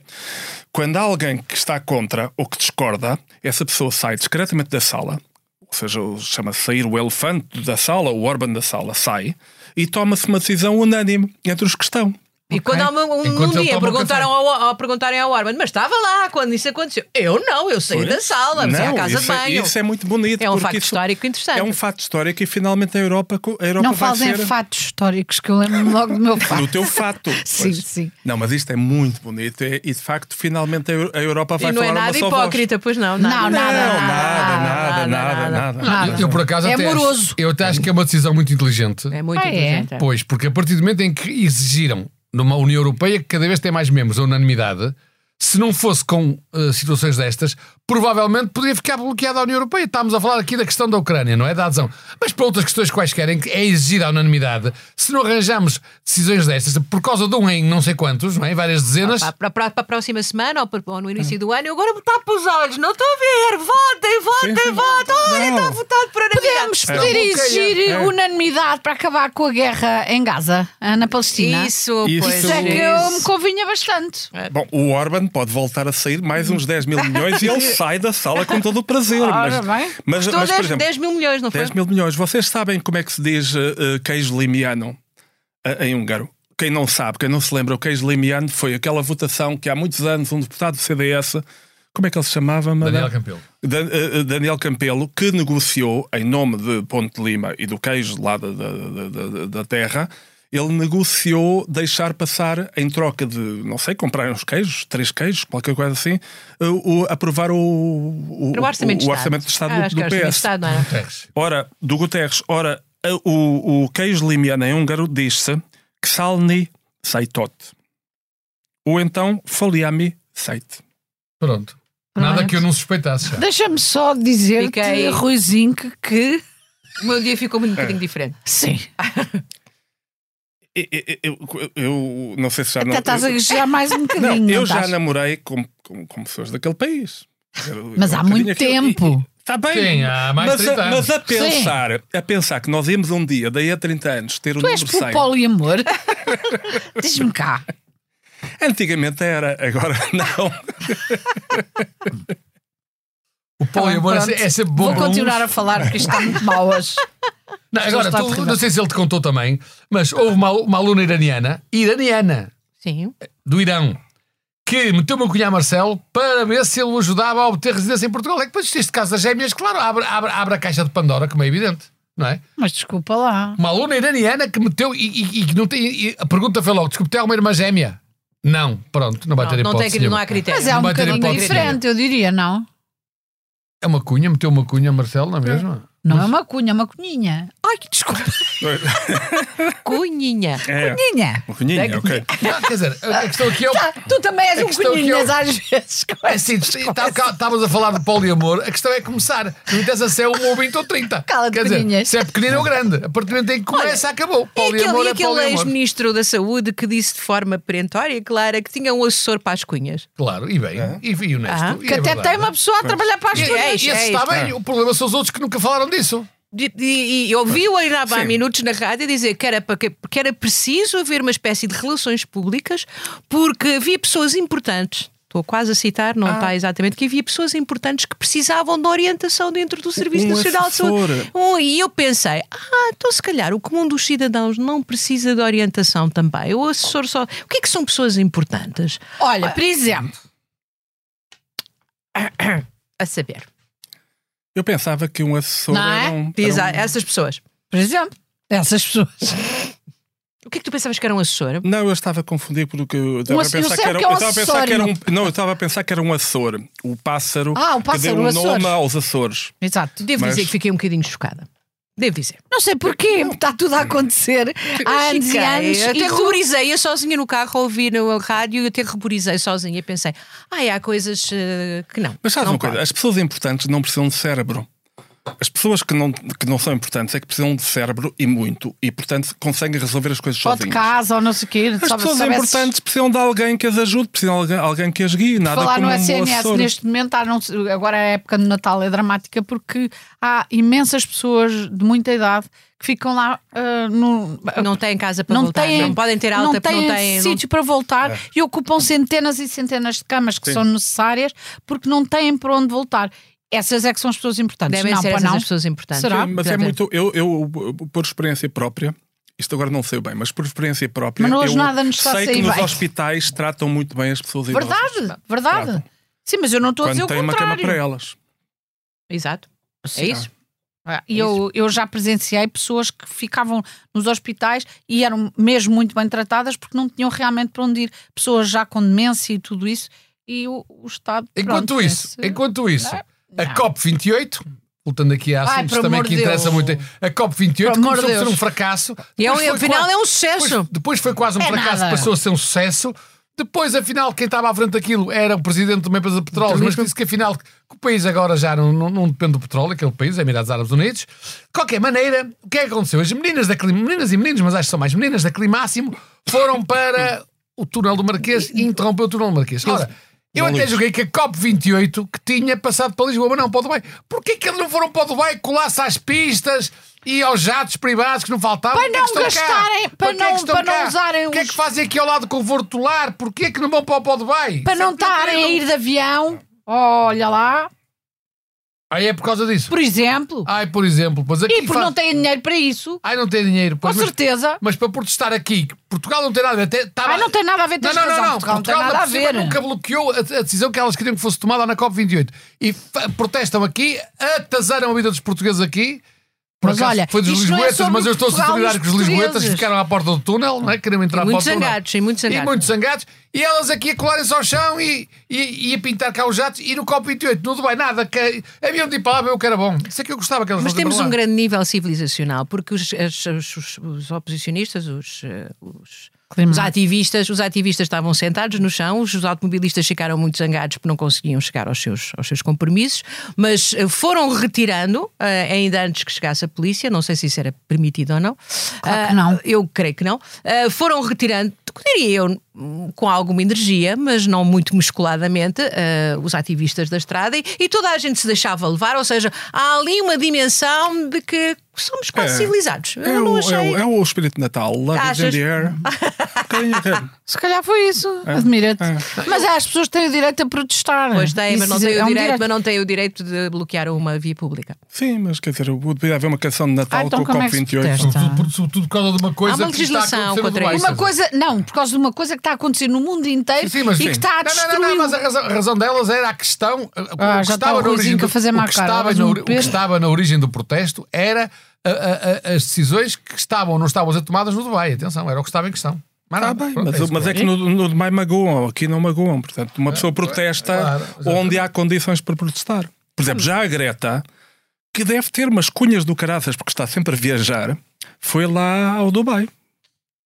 B: quando há alguém que está contra ou que discorda, essa pessoa sai discretamente da sala, ou seja, o- chama-se sair o elefante da sala, o Orban da sala, sai e toma-se uma decisão unânime entre os que estão.
A: E quando há um, um-
D: Enquanto
A: um
D: ele
A: dia
D: toma o
A: perguntaram ao, ao- perguntarem ao Orban, mas estava lá quando isso aconteceu. Eu não, eu saí da sala, mas à
B: Não,
A: casa de
B: isso, é-
A: banho.
B: isso é muito bonito.
A: É um
B: porque
A: facto
B: isso
A: histórico interessante.
B: É um facto histórico e finalmente a Europa, co- a Europa
C: Não
B: vai
C: fazem
B: ser...
C: fatos históricos, que eu lembro logo do meu fato.
B: No teu fato.
C: Sim,
B: Pois.
C: sim.
B: Não, mas isto é muito bonito e, e, de facto finalmente a Eu- a Europa vai
A: E não é
B: falar
A: nada
B: uma só voz.
A: hipócrita, pois não.
C: Não,
A: Nada.
B: Não,
C: nada,
B: nada, nada, nada,
A: nada,
B: nada,
A: nada.
D: Eu, eu, por acaso
C: É
D: até acho-
C: amoroso.
D: eu até acho que é uma decisão muito inteligente.
A: É muito
C: Ah, é?
A: inteligente. é.
D: Pois, porque a partir do momento em que exigiram numa União Europeia que cada vez tem mais membros a unanimidade, se não fosse com eh, situações destas, provavelmente poderia ficar bloqueada a União Europeia. Estamos a falar aqui da questão da Ucrânia, não é? Da adesão. Mas para outras questões quaisquer em que é exigida a unanimidade, se não arranjamos decisões destas, por causa de um em não sei quantos, não é? Em várias dezenas,
A: Ah, Pá, Para, para- para a próxima semana ou, para- ou no início do ano, eu agora tapo os olhos, não estou a ver. Votem, votem,
B: Ah. sim.
A: votem. Olha,
B: Não.
A: está votado por unanimidade.
C: Podemos poder exigir
B: É.
C: unanimidade para acabar com a guerra em Gaza, ah, na Palestina.
A: Isso,
B: Isso.
A: pois.
C: Isso é que eu me
A: isso. É.
C: convinha bastante.
B: Bom, o Orban pode voltar a sair mais uns 10 mil milhões e ele sai da sala com todo o prazer. Mas,
C: bem.
B: mas,
A: Custou
B: mas,
A: 10,
B: por exemplo,
A: 10 mil milhões, não foi?
B: 10 mil milhões. Vocês sabem como é que se diz eh, eh, queijo limiano eh, em húngaro? Quem não sabe, quem não se lembra, o queijo limiano foi aquela votação que há muitos anos um deputado do CDS, como é que ele se chamava? madame?
D: Daniel Campelo.
B: Dan- eh, eh, Daniel Campelo, que negociou em nome de Ponte de Lima e do queijo lá da, da- da- da- da terra, ele negociou deixar passar, em troca de, não sei, comprar uns queijos, três queijos, qualquer coisa assim, eh, o- aprovar o, o,
A: Era o orçamento,
B: o- o orçamento de Estado,
A: Ah, acho
B: do,
A: que
B: do
A: era o orçamento de
B: PS.
A: Estado, não é? era?
D: Guterres.
B: Ora, do Guterres, ora, a- o, o queijo limiano em húngaro diz-se que salni saitot. Ou então foliami sait.
D: Pronto. Nada que eu não suspeitasse. já.
C: Deixa-me só dizer-te,
A: Fiquei-
C: Ruizinho, que, que-
A: O meu dia ficou um bocadinho diferente.
C: Sim.
B: E- e- Eu, eu- eu não sei se já
C: Até
B: não.
C: estás a
B: eu-
C: gaguejar mais um
B: Não,
C: bocadinho.
B: eu
C: não
B: já
C: estás?
B: namorei com, com, com pessoas daquele país.
C: Mas há muito tempo.
B: Está tá bem.
D: Sim, há mais de
B: mas,
D: 30
B: a,
D: anos.
B: mas a pensar, a pensar que nós íamos um dia, daí a 30 anos, ter o
C: Tu és
B: número 100.
C: pelo poliamor. Diz-me cá.
B: Antigamente era, agora não.
D: O Paulo e o Amor é
C: Pronto.
D: é sempre bom
C: Vou
D: para uns.
C: continuar a falar porque isto está muito mal hoje.
D: Não, agora,
C: está
D: tu-
C: terrível.
D: não sei se ele te contou também, mas houve uma, uma aluna iraniana, iraniana,
A: Sim.
D: do Irão, que meteu uma colher a Marcelo para ver se ele o ajudava a obter residência em Portugal. É que depois, neste caso das gêmeas, claro, abre, abre, abre a caixa de Pandora, como é evidente, não é?
C: Mas desculpa lá.
D: Uma aluna iraniana que meteu e, e- e que não tem. e a pergunta foi logo: desculpe, tem alguma irmã gêmea? Não, pronto, não vai ter
A: Não, não, tem,
D: hipótese.
A: cri- não
D: nenhuma.
A: há critério.
C: Mas é um
D: vai ter
C: bocadinho
D: hipótese
C: diferente, eu diria, não?
D: É uma cunha, meteu uma cunha a Marcelo, não é mesmo?
C: Não é uma cunha, é uma cunhinha. Ai, desculpa.
A: Cunhinha.
B: É,
C: Cunhinha.
B: uma cunhinha, ok.
D: Não, quer dizer, a a questão aqui é. o-
C: Tu também és
D: A
C: um
D: questão que
C: cunhinhas
D: eu-
C: às vezes.
D: É assim, estávamos a falar de poliamor, a questão é começar. Não interessa se é um ou 20 ou 30.
C: Cala-te,
D: Quer dizer,
C: pequenininhas.
D: se é pequenino ou grande. A partir do momento em que começa, acabou.
A: E aquele,
D: Poliamor
A: e
D: é
A: aquele
D: poliamor.
A: ex-ministro da Saúde que disse de forma perentória e clara que tinha um assessor para as cunhas.
D: Claro, e bem, e, e honesto.
A: Ah,
D: e
C: Que
D: é
C: até
D: verdade.
C: tem uma pessoa a trabalhar para as
D: E, e,
C: cunhas.
D: esse
A: é
D: está
A: isto.
D: bem, o problema são os outros que nunca falaram disso.
A: E, e, e ouviu a Iraba há minutos na rádio dizer que era, para que, que era preciso haver uma espécie de relações públicas porque havia pessoas importantes. Estou quase a citar,
B: Ah.
A: não está exatamente, que havia pessoas importantes que precisavam de orientação dentro do Serviço
B: Um
A: Nacional de Saúde.
B: assessor.
A: Um, e eu pensei, ah, então se calhar o comum dos cidadãos não precisa de orientação também. O assessor só. O que é que são pessoas importantes?
C: Olha, por exemplo,
A: A saber.
B: Eu pensava que um assessor
C: Não é?
B: era um.
A: Diz a
B: era um-
A: essas pessoas.
C: por exemplo, essas pessoas.
A: O que é que tu pensavas que era um assessor?
B: Não, eu estava a confundir porque eu estava
C: Um
B: a
C: ass- eu
B: pensar
C: sei
B: que era,
C: o que é um
B: eu estava a pensar que era um,
C: Açor,
B: não, eu estava a pensar que era um Açor, o pássaro,
C: Ah, o
B: que
C: pássaro,
B: deu um
C: o Açor.
B: nome aos Açores.
C: Exato.
A: Devo
B: Mas-
A: dizer que fiquei um bocadinho chocada. Devo dizer.
C: Não é sei porquê, está tudo a acontecer há anos e
A: Fiquei,
C: anos.
A: eu até
C: Ah, E tu...
A: ruborizei, eu sozinha no carro a ouvir no rádio, eu até ruborizei sozinha e pensei, ai, há coisas eh, que não.
B: Mas sabes
A: não
B: uma coisa,
A: pode.
B: as pessoas importantes não precisam de cérebro. As pessoas que não, que não são importantes é que precisam de cérebro e muito, e portanto conseguem resolver as coisas
C: Ou de
B: sozinhas.
C: casa ou não sei o quê.
B: As
C: sabe-
B: pessoas
C: soubesses
B: importantes precisam de alguém que as ajude, precisam de alguém, alguém que as guie. Nada
C: Falar
B: como
C: no
B: um
C: SNS
B: assessor.
C: neste momento, há não se- agora a época de Natal é dramática porque há imensas pessoas de muita idade que ficam lá ah, no,
A: Não têm casa para voltar. não podem ter alta
C: não
A: porque
C: têm
A: não É. têm. não-
C: sítio para voltar e ocupam centenas e centenas de camas que são necessárias porque não têm para onde voltar. Essas é que são as pessoas importantes.
A: Devem
C: não,
A: ser
C: pá,
A: essas
C: não.
A: as pessoas importantes.
C: Será?
B: Sim, mas é
A: Exatamente.
B: muito. Eu, eu, por experiência própria, isto agora não sei bem, mas por experiência própria,
C: Mas hoje
B: eu
C: nada nos está a
B: sei
C: sair
B: que nos
C: bem.
B: hospitais tratam muito bem as pessoas idosas
C: Verdade, verdade. Sim, mas eu não estou a dizer
B: quando
C: o
B: têm uma cama para
C: contrário. É
B: elas.
A: Exato. É isso.
C: Ah, e Eu, eu já presenciei pessoas que ficavam nos hospitais e eram mesmo muito bem tratadas porque não tinham realmente para onde ir. Pessoas já com demência e tudo isso. E o, o Estado.
D: Enquanto
C: pronto,
D: isso,
C: esse-
D: enquanto isso,
C: não.
D: a COP28, voltando aqui a
C: Ai,
D: assuntos
C: por
D: também
C: amor
D: que
C: de
D: interessa
C: Deus.
D: muito, a COP28
C: Por amor
D: começou
C: de
D: a ser um
C: Deus.
D: fracasso.
A: E é um-
D: depois foi
A: afinal
D: quase-
A: é um sucesso.
D: Depois, depois foi quase um
C: É
D: fracasso,
C: nada.
D: passou a ser um sucesso. Depois, afinal, quem estava à frente daquilo era o presidente de uma empresa de petróleo, mas disse que afinal que o país agora já não, não- não depende do petróleo, aquele país, é Emirados Árabes Unidos. De qualquer maneira, o que é que aconteceu? As meninas da Clima, meninas e meninos, mas acho que são mais meninas da Climáximo, foram para o túnel do Marquês e interrompeu o túnel do Marquês. Ora, eu até joguei que a COP28 que tinha passado para Lisboa, mas não para o Dubai. Porquê que eles não foram para o Dubai colar-se às pistas e aos jatos privados que não faltavam?
C: Para
D: Porquê
C: não
D: que estão cá?
C: gastarem- para
D: Porquê que
C: não-
D: estão
C: para não
D: cá?
C: usarem
D: O que é
C: os-
D: que fazem aqui ao lado do conforto lar? Porquê que não vão para o- para o Dubai?
C: Para não estarem a ir de avião, olha lá,
D: Aí é por causa disso.
C: por exemplo,
D: Ai, por exemplo, pois Ah, aqui
C: e porque
D: faz-
C: não têm dinheiro para isso,
D: Ai, não tem dinheiro.
C: com
D: pois, mas-
C: certeza.
D: Mas para protestar aqui, que Portugal não tem nada a ver. até estava-
C: Ai, não tem nada a ver,
D: Ah, Não,
C: tens
D: não,
C: razão,
D: não, não.
C: Portugal, não tem
D: Portugal,
C: nada a
D: por cima,
C: ver.
D: nunca bloqueou a, a decisão que elas queriam que fosse tomada na COP28. E fa- protestam aqui, atazaram a vida dos portugueses aqui. Por
C: Mas olha,
D: foi dos
C: isto não é
D: lisboetas,
C: sobre
D: mas eu estou
C: Portugal e os
D: solidário com os lisboetas que
C: portugueses.
D: ficaram à porta do túnel, não é? Queriam entrar
A: E
D: para o
A: muito
D: túnel.
A: zangados, e muito
D: E
A: zangados.
D: muito zangados. E elas aqui a colarem-se ao chão e, e, e a pintar cá os jatos. E no COP28, não vai nada. Que, haviam de ir para lá ver o que era bom. Isso é que eu gostava que elas
A: Mas
D: fossem
A: temos
D: para
A: um
D: lá.
A: grande nível civilizacional, porque os, as- os- os- os oposicionistas, os, eh, os- os ativistas, os ativistas estavam sentados no chão, os automobilistas ficaram muito zangados porque não conseguiam chegar aos seus, aos seus compromissos, mas eh, foram retirando, eh, ainda antes que chegasse a polícia, não sei se isso era permitido ou não.
C: Claro que
A: Ah,
C: não.
A: Eu creio que não. Ah, foram retirando, diria eu, hum, com alguma energia, mas não muito musculadamente, ah, os ativistas da estrada e, e toda a gente se deixava levar, ou seja, há ali uma dimensão de que somos quase
B: É.
A: civilizados. Eu,
B: É,
A: não
B: o-
A: achei.
B: é o- é o espírito de Natal. Love is in
A: Achas?
B: the air. é? Tenho que-
C: Se calhar foi isso,
D: É.
C: admira-te. Mas ah, as pessoas têm o direito a protestar.
A: Pois tem, mas
C: Isso
A: não tem,
C: é
A: o
C: um
A: direito, mas não tem o direito de bloquear uma via pública.
B: Sim, mas quer dizer, devia haver uma canção de Natal
C: Ah, então
B: com o
C: como é que se
B: COP28.
C: protesta?
D: Sobretudo, por- sobretudo por causa de uma coisa
A: uma
D: que está a
A: legislação
D: acontecer no
A: contra
D: Dubai,
A: isso.
C: Uma
D: César.
C: coisa, não, por causa de uma coisa que está a acontecer no mundo inteiro
D: Sim, mas
C: e
D: sim.
C: que está a destruir.
D: Não, não, não, mas a razão, a razão delas era a questão. uh, o
C: Ah,
D: que
C: já está o
D: estava na origem
C: Ruizinho
D: do-
C: a fazer
D: o
C: má
D: que
C: cara,
D: estava
C: mas
D: na
C: um
D: ori- O que
C: Pedro.
D: estava na origem do protesto era a- a- a- as decisões que estavam ou não estavam a ser tomadas no Dubai. Atenção, era o que estava em questão. Mas,
B: Ah,
D: não,
B: bem,
D: pronto,
B: mas,
D: isso
B: mas é que no, no Dubai magoam, aqui não magoam. Portanto, uma pessoa protesta
D: É, claro, exatamente.
B: onde há condições para protestar. Por exemplo, já a Greta, que deve ter umas cunhas do caraças porque está sempre a viajar, foi lá ao Dubai.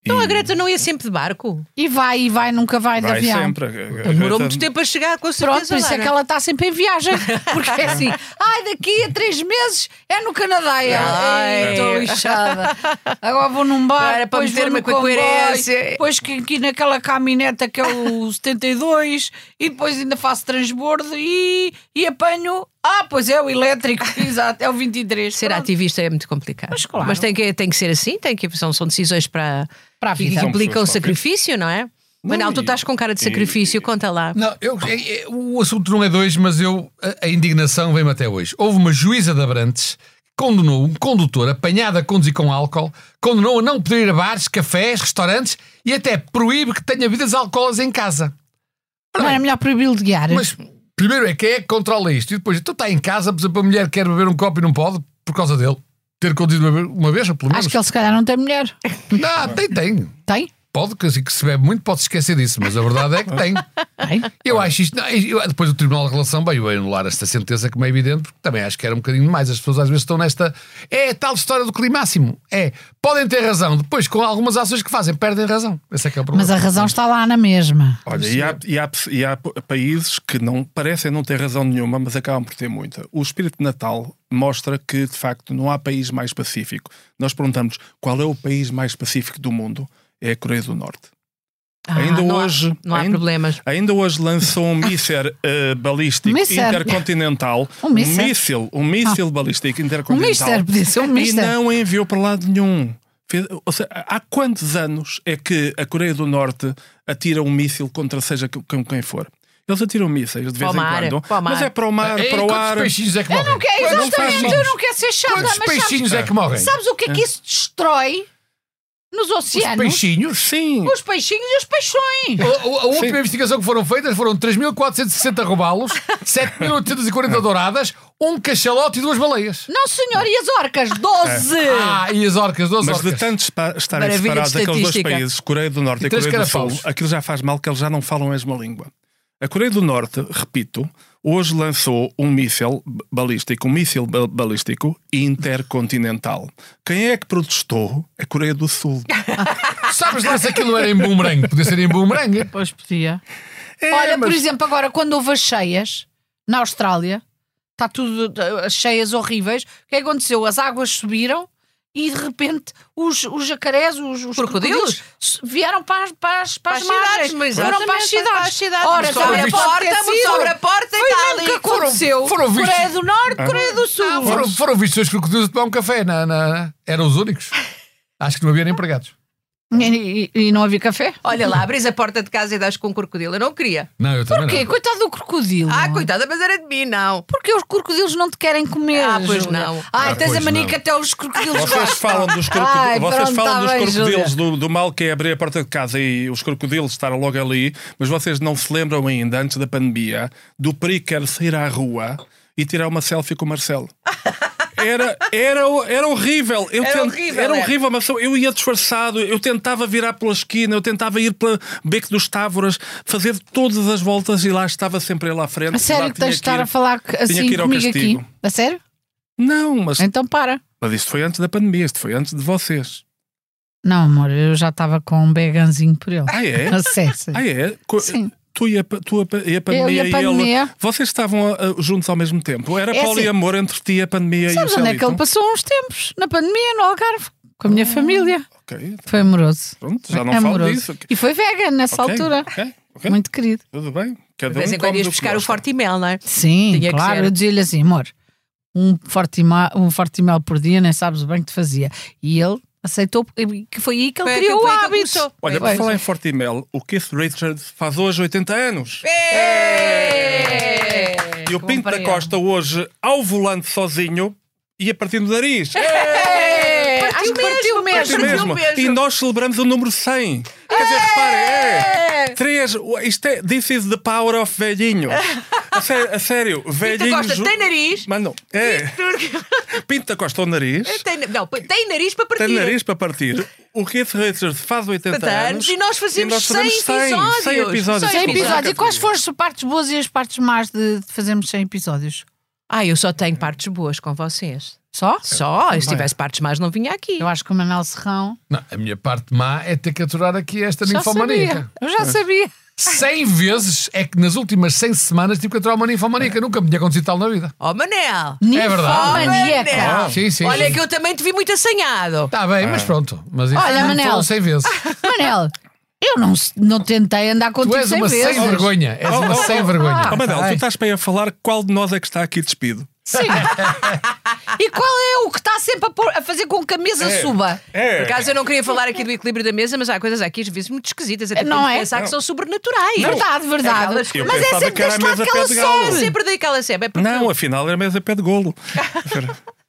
A: Então a Greta não ia sempre de barco.
C: E vai, e vai, nunca vai, É de
B: Vai
C: avião.
B: sempre. A- a- a
A: Demorou
B: Greta-
A: muito tempo a chegar, com certeza.
C: Pronto, por isso
A: lá,
C: é que
A: não
C: ela está sempre em viagem. Porque é assim, ai, daqui a três meses é no Canadá. E ela,
A: Ai.
C: "Ei, estou lixada. Agora vou num bar,
A: Agora para
C: depois vou
A: meter-me
C: no
A: com a
C: comboio,
A: coerência.
C: depois que aqui naquela camineta que é o 72, e depois ainda faço transbordo e, e apanho. Ah, pois é, o elétrico, exato, é o 23.
A: Ser
C: Pronto.
A: ativista é muito complicado.
C: Mas claro.
A: tem, que, tem que ser assim, tem que, são, são decisões para,
C: Para a
A: que
C: vida.
A: implicam
B: São pessoas
A: sacrifício, não é? Manel, tu
B: e-
A: estás com cara de
B: e-
A: sacrifício, conta lá.
D: Não, eu, é- é- o assunto não é dois, mas eu a, a indignação vem-me até hoje. Houve uma juíza de Abrantes que condenou um condutor apanhado a conduzir com álcool, condenou a não poder ir a bares, cafés, restaurantes e até proíbe que tenha bebidas alcoólicas em casa.
A: tipo-
C: Não era melhor proibi-lo de guiar.
D: Mas primeiro é quem é que controla isto? E depois, então está em casa, por exemplo, a mulher quer beber um copo e não pode por causa dele. Ter conduzido uma vez, uma vez, ou pelo
A: É
D: menos.
C: Acho que ele se calhar não tem mulher.
D: Não, tem, tem.
C: Tem?
D: Pode, que assim que se bebe muito pode esquecer disso, mas a verdade é que tem. Eu acho isto. não, eu- depois o Tribunal de Relação veio anular esta sentença, como é evidente, porque também acho que era um bocadinho demais. As pessoas às vezes estão nesta. É a tal história do climáximo. É. Podem ter razão, depois com algumas ações que fazem, perdem razão. Esse é que é o problema.
C: Mas a razão está lá na mesma.
B: Olha, e há, e há- e há países que não parecem não ter razão nenhuma, mas acabam por ter muita. O espírito de Natal mostra que, de facto, não há país mais pacífico. Nós perguntamos qual é o país mais pacífico do mundo? É a Coreia do Norte. ainda
A: Ah, não há-
B: hoje.
A: não há
B: ainda-
A: problemas.
B: Ainda hoje lançou um míssil eh, balístico
C: Míssil.
B: intercontinental.
C: Um míssil.
B: Um míssil, um míssil balístico
C: Um
B: intercontinental.
C: mister, podia ser um
B: E
C: mister.
B: não enviou para lado nenhum. Fez- ou seja, há quantos anos é que a Coreia do Norte atira um míssil contra seja com quem for? Eles atiram mísseis de vez
A: Para o mar,
B: em quando.
A: para o mar.
B: mas é para o mar,
D: Ei,
B: para o
D: quantos
B: ar.
D: peixinhos é que morrem?
C: não quero,
D: Quantos
C: exatamente, eu
D: peixinhos?
C: não quero ser chata,
D: Quantos
C: mas
D: peixinhos
C: sabes,
D: é que morrem?
C: sabes o que é que isso destrói nos
D: Os
C: oceanos?
D: peixinhos? Oh.
B: Sim,
C: Os peixinhos e os peixões.
D: A, a- a última investigação que foram feitas foram 3.460 robalos, 7.840 douradas, um cachalote e duas baleias.
C: Não, senhor, e as orcas? Doze!
D: Ah, e as orcas, duas
B: mas
D: orcas.
B: de tanto espa- estarem
A: Maravilha de
B: separados aqueles dois
A: estatística.
B: países, Coreia do Norte
D: E
B: e,
D: três
B: Coreia do Sul,
D: carapaus.
B: aquilo já faz mal que eles já não falam a mesma língua. A Coreia do Norte, repito, hoje lançou um míssil b- balístico, um míssil ba- balístico intercontinental. Quem é que protestou? A Coreia do Sul.
D: Sabes lá se aquilo era em boomerang? Podia ser em boomerang.
C: Pois podia.
B: É,
C: Olha, por
B: mas-
C: exemplo, agora quando houve as cheias na Austrália, está tudo eh, as cheias horríveis. O que é que aconteceu? As águas subiram e de repente os, os jacarés, os, os
A: Crocodilos?
C: crocodilos, s- vieram para as, para as, para
A: Para
C: as
A: as cidades,
C: margens,
A: mas
C: foram para as
A: exatamente,
C: cidades.
A: para as cidades.
C: Ora,
A: Mas sobre
C: sobre a tá
A: a
C: porta,
A: porta, sobre a porta e
C: Foi
A: está
C: mesmo
A: ali.
C: que aconteceu.
D: Foram- foram vistos-
C: Coreia do Norte, Coreia do Sul.
D: Foram, foram vistos dois crocodilos a tomar um café. Na, na- eram os únicos. Acho que não havia nem empregados.
C: E, e- e não havia café?
A: Olha lá, abris a porta de casa e dás com um crocodilo. Eu não queria.
D: Não, eu também
C: Porquê?
D: não.
C: Coitado do crocodilo.
A: Ah, coitada, mas era de mim, não.
C: Porque os crocodilos não te querem comer.
A: Ah, pois
C: Júlia.
A: não.
C: Ai,
D: Ah,
C: tens a
D: pois
C: mania
D: não.
C: que até os crocodilos
B: Vocês
C: gostam.
B: falam dos, croco-
C: Ai,
B: vocês
C: pronto,
B: falam
C: tá
B: dos
C: bem,
B: crocodilos,
C: Júlia.
B: do, do mal que é abrir a porta de casa e os crocodilos estarem logo ali, mas vocês não se lembram ainda, antes da pandemia, do perigo que era sair à rua e tirar uma selfie com o Marcelo. Era, era, era horrível. Eu
A: Era
B: tent-
A: horrível,
B: era
A: é.
B: horrível, mas eu ia disfarçado, eu tentava virar pela esquina, eu tentava ir para Beco dos Távoras, fazer todas as voltas e lá estava sempre ele à frente.
C: A sério
B: Lá
C: que tens de
B: tinha
C: estar
B: ir-
C: a falar que-
B: tinha
C: assim
B: que ir ao
C: comigo aqui?
B: castigo.
C: A sério?
B: Não, mas,
C: Então para.
B: mas isto foi antes da pandemia, isto foi antes de vocês.
C: Não, amor, eu já estava com um beganzinho por ele.
B: Ah, é?
C: A sério. sim.
B: Ah, é? Co-
C: Sim.
B: Tu e a, pa- tu a pa- e a pandemia
C: Eu e a pandemia.
B: ele. Vocês estavam ah, ah, juntos ao mesmo tempo. Era
C: É assim.
B: poliamor entre ti, a pandemia
C: Sabes
B: e o então?
C: onde é que
B: Celito?
C: ele passou uns tempos? Na pandemia, no Algarve, com a minha família.
B: Ok, então,
C: Foi amoroso.
B: pronto, já não falo
C: É amoroso.
B: disso. Ok,
C: E foi vegan nessa altura.
B: ok, ok,
C: Muito querido.
B: tudo bem. Cada
A: De vez
B: um
A: em quando
B: come
A: ias
B: do que
A: buscar o
B: gosta.
A: forte mel, não é?
C: Sim,
A: Tinha que
C: claro.
A: ser.
C: Eu dizia-lhe assim, amor, um forte, ma- um forte mel por dia, nem sabes o bem que te fazia. E ele aceitou, e que foi aí que ele
A: Foi
C: criou o
A: aquilo que
C: hábito.
A: começou.
B: Olha,
A: Foi.
B: para falar em Fortimel, o Keith Richards faz hoje 80 anos.
C: É.
A: É.
B: e o
C: bom
B: Pinto
C: para
B: da
C: ele.
B: Costa hoje ao volante sozinho e a partir do nariz.
C: É, acho que partiu
B: Partiu
C: mesmo.
B: mesmo.
A: mesmo.
B: E nós celebramos o número 100. Quer dizer, reparem, é. Três, isto é, this is the power of velhinhos. A sério, a sério velhinhos.
A: Costa tem nariz. É,
B: Mas não, é. Pinto da Costa o nariz.
A: Tem, não, tem nariz para partir.
B: Tem nariz para partir. O Keith Richards faz 80
A: 80
B: anos.
A: anos e nós fazemos 100 episódios.
B: 100 episódios.
A: 100
C: 100 episódios. E
B: Nunca
C: quais
B: fiz.
C: foram as partes boas e as partes más de de fazermos 100 episódios?
A: Ah, eu só tenho partes boas com vocês.
C: Só?
B: É.
A: Só, se tivesse partes mais não vinha aqui.
C: Eu acho que o Manuel Serrão.
D: Não, A minha parte má é ter que aturar aqui esta
C: Já sabia.
D: ninfomaníaca.
C: Eu já sabia.
D: 100 vezes é que nas últimas 100 semanas tive que aturar uma
C: É.
D: ninfomaníaca. Nunca me tinha acontecido tal na vida.
A: Oh, Manel!
D: É verdade.
C: Ninfomaníaca.
D: Ah, sim, sim.
A: Olha
D: sim.
A: que eu também te vi muito assanhado.
D: Está Tá bem,
B: Ah.
D: mas pronto. Mas isso
C: Olha,
D: não
C: Manel.
D: foram 100 vezes.
A: Ah,
C: Manel, eu não, não tentei andar
D: Tu
C: contigo
D: és
C: 100
D: uma
C: vezes.
D: sem vergonha. És uma sem vergonha. Tá
B: Oh, Manel, tu
D: Ai.
B: estás bem a falar qual de nós é que está aqui despido?
C: Sim. e qual é o que está sempre a, pôr- a fazer com que a mesa
B: É,
C: suba?
A: Por acaso eu não queria falar aqui do equilíbrio da mesa, mas há coisas aqui às vezes muito esquisitas. Até
C: Não
A: podemos
C: é?
A: pensar que são sobrenaturais.
C: Verdade, verdade.
A: Aquelas
B: Eu
C: Mas é
B: pensava que
C: sempre
B: era a
C: deste lado
B: mesa
C: que ela
B: pé de galo.
A: É
C: sobe.
A: sempre daí que ela sempre. É porque
B: Não, afinal era mesmo a pé de golo.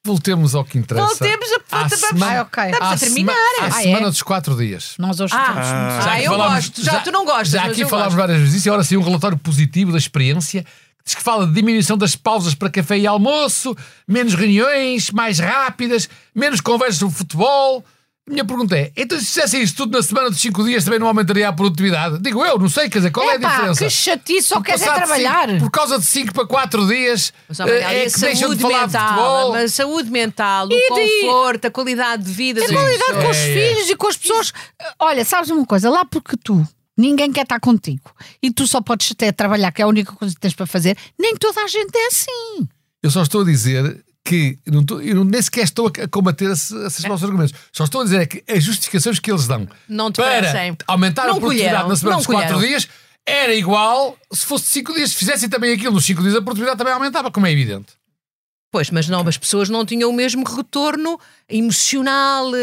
D: Voltemos ao que interessa.
A: Voltemos a-
D: À
A: vamos-
D: semana-
C: Ah, ok.
D: à
A: Estamos a
D: sema-
A: terminar.
D: À
C: Ah, é?
D: semana dos quatro dias.
C: Nós hoje
A: Ah,
C: estamos
A: ah,
D: Já aqui
A: eu
D: falámos-
A: gosto. Já, tu não gostas.
D: Já
A: mas
D: aqui
A: eu
D: falámos
A: gosto.
D: várias vezes disso e agora sim um relatório positivo da experiência que diz que fala de diminuição das pausas para café e almoço, menos reuniões, mais rápidas, menos conversas sobre futebol, A minha pergunta é: então se fizessem isso tudo na semana de 5 dias também não aumentaria a produtividade? Digo eu, não sei, quer dizer, qual é, a
C: Epá,
D: diferença?
C: que chatice, só
D: Por
C: queres é
D: passar de
C: trabalhar.
D: cinco- por causa de 5 para 4 dias,
A: Mas, ó,
D: eh,
A: Manel, e
D: é
A: a
D: que deixam de
A: saúde
D: falar de
A: mental,
D: futebol.
A: mas saúde mental,
C: E de-
A: o conforto, a qualidade de vida. das
C: A qualidade
A: pessoas.
C: com os
D: É, é.
C: filhos e com as pessoas. Olha, sabes uma coisa? Lá porque tu, ninguém quer estar contigo e tu só podes até trabalhar, que é a única coisa que tens para fazer, nem toda a gente é assim.
D: Eu só estou a dizer que não estou- eu não- nem sequer estou a combater esses, esses vossos argumentos. Só estou a dizer é que as justificações que eles dão
A: Não te
D: para
A: parecem.
D: aumentar
A: Não
D: a produtividade
A: colheram,
D: na semana
A: não
D: dos 4
A: colheram.
D: dias era igual se fosse 5 dias. Se fizessem também aquilo nos 5 dias, a produtividade também aumentava, como é evidente.
A: Pois, mas não, as pessoas não tinham o mesmo retorno emocional. eh,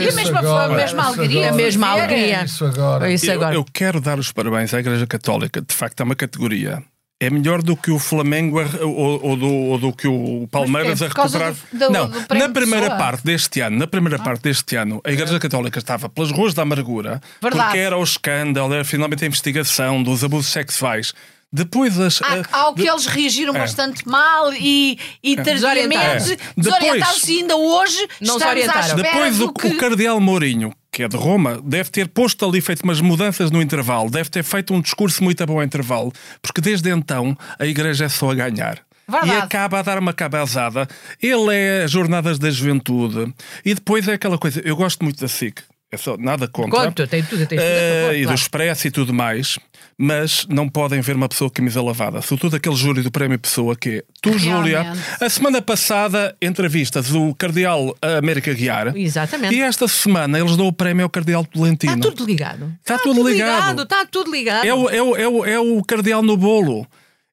A: eh,
D: Isso mesma- agora, a mesma isso alegria,
A: a
D: agora.
A: mesma
D: Isso
A: alegria.
D: Isso agora.
A: É isso
B: Eu,
A: agora.
B: eu quero dar os parabéns à Igreja Católica. De facto, é uma categoria. É melhor do que o Flamengo a- ou, ou do, ou do que o Palmeiras
C: Mas é
B: a
C: por causa
B: recuperar.
C: do- do-
B: não,
C: do prémio
B: na primeira
C: Pessoa.
B: parte deste ano, na primeira
C: Ah.
B: parte deste ano, a Igreja Católica estava pelas ruas da amargura,
C: Verdade.
B: porque era o escândalo, era finalmente a investigação dos abusos sexuais. Depois as. eh,
C: Há,
B: a-
D: Ah,
C: há o que
B: de-
C: eles
D: É.
C: reagiram bastante mal e, e tardiamente
B: É. Depois-
C: desorientaram-se e ainda hoje
A: Não se
C: estamos à
A: orientaram.
C: espera
B: Depois o,
C: do que...
B: o Cardeal Mourinho, que é de Roma, deve ter posto ali, feito umas mudanças no intervalo, deve ter feito um discurso muito bom ao intervalo, porque desde então a Igreja é só a ganhar.
C: Verdade.
B: E acaba a dar uma cabazada. Ele é as Jornadas da Juventude. E depois é aquela coisa. Eu gosto muito da SIC. É só nada contra.
A: Conto, tem tudo, tem tudo.
B: é? Eh,
A: a favor,
B: e do
A: claro.
B: Expresso e tudo mais, mas não podem ver uma pessoa de camisa lavada. Sobretudo aquele júri do Prémio Pessoa que é tu, Júlia.
C: Realmente.
B: A semana passada, entrevistas o Cardeal eh, América Guiar.
A: Exatamente.
B: E é esta semana eles dão o prémio ao Cardeal Tolentino.
A: Está tudo ligado.
B: é? Está tudo ligado.
A: Está tudo ligado.
B: É, o, é, o, é, o, é o Cardeal no bolo.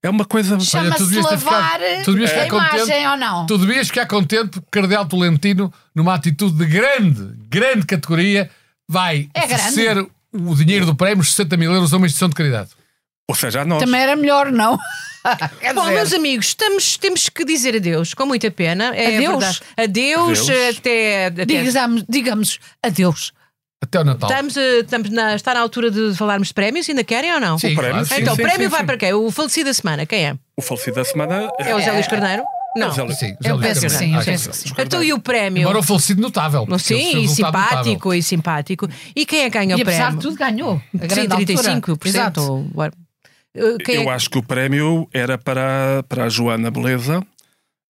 B: É uma coisa.
D: Olha, tu
C: Chama-se
D: devias ter
C: lavar
D: ficado- tu devias
C: a
D: ficar contente.
C: imagem ou não.
D: Tu devias ficar contente porque Cardeal Tolentino, numa atitude de grande, grande categoria, vai
C: É grande.
D: oferecer o dinheiro do prémio, 60 mil euros, a uma instituição de caridade.
B: Ou seja, a nós.
C: Também era melhor, não? Quer
A: Bom,
C: dizer,
A: meus amigos, estamos, temos que dizer adeus, com muita pena. É
C: Adeus.
A: verdade. Adeus,
B: Adeus.
A: até. até-
C: digamos, digamos adeus.
D: Até ao Natal.
A: Estamos, eh, estamos na, está na altura de falarmos de prémios, ainda querem ou não?
D: Sim,
B: prémio,
D: claro,
B: sim,
A: então,
B: sim,
A: o prémio
B: sim,
A: vai
B: sim.
A: para quem? O falecido da semana, quem é?
B: O falecido da semana. eh,
A: É o Zé Luís Carneiro? Não.
B: Zé Luís.
D: Sim,
C: Eu
D: José Luís
C: penso que
D: Carneiro.
C: sim, eu
D: Ah,
C: penso
D: sim,
C: que sim.
D: sim.
A: Então, e o prémio?
D: Embora o falecido notável. porque
A: Sim,
D: ele fez um
A: e
D: resultado notável.
A: simpático, e simpático. E quem é que ganha
C: E
A: o
C: apesar
A: prémio?
C: de tudo ganhou. A
A: Sim,
C: grande altura.
A: 35%.
C: Exato.
A: ou- Eh, Quem é
B: Eu
A: que-
B: acho que o prémio era para, para a Joana Beleza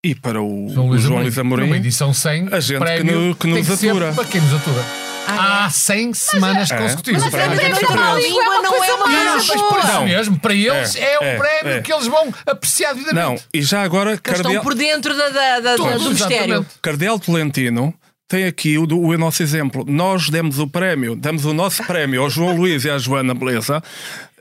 B: e para o
D: João Luís Amorim.
B: Amorim.
D: Numa edição 100,
B: A gente que
D: prémio
B: no- que
D: tem
B: nos
D: ser
B: atura.
D: Para quem nos atura.
A: Ah, é?
D: Há 100 semanas
B: É.
D: consecutivas.
B: Mas
D: O prémio
B: aprendemos
D: tem que
B: a
D: ser para
B: falar
D: eles.
B: língua,
C: não é uma
D: Não, mas por isso
B: Não.
D: mesmo, para eles é,
B: É,
D: um
B: é,
D: prémio
B: é.
D: que eles vão apreciar
B: Não,
D: devidamente.
B: e já agora,
A: que estão
B: Cardeal-
A: por dentro da, da- da-
D: Todos,
A: do mistério.
D: exatamente.
B: Cardeal Tolentino tem aqui o, do- o nosso exemplo. Nós demos o prémio, damos o nosso prémio ao João Luís e à Joana Beleza.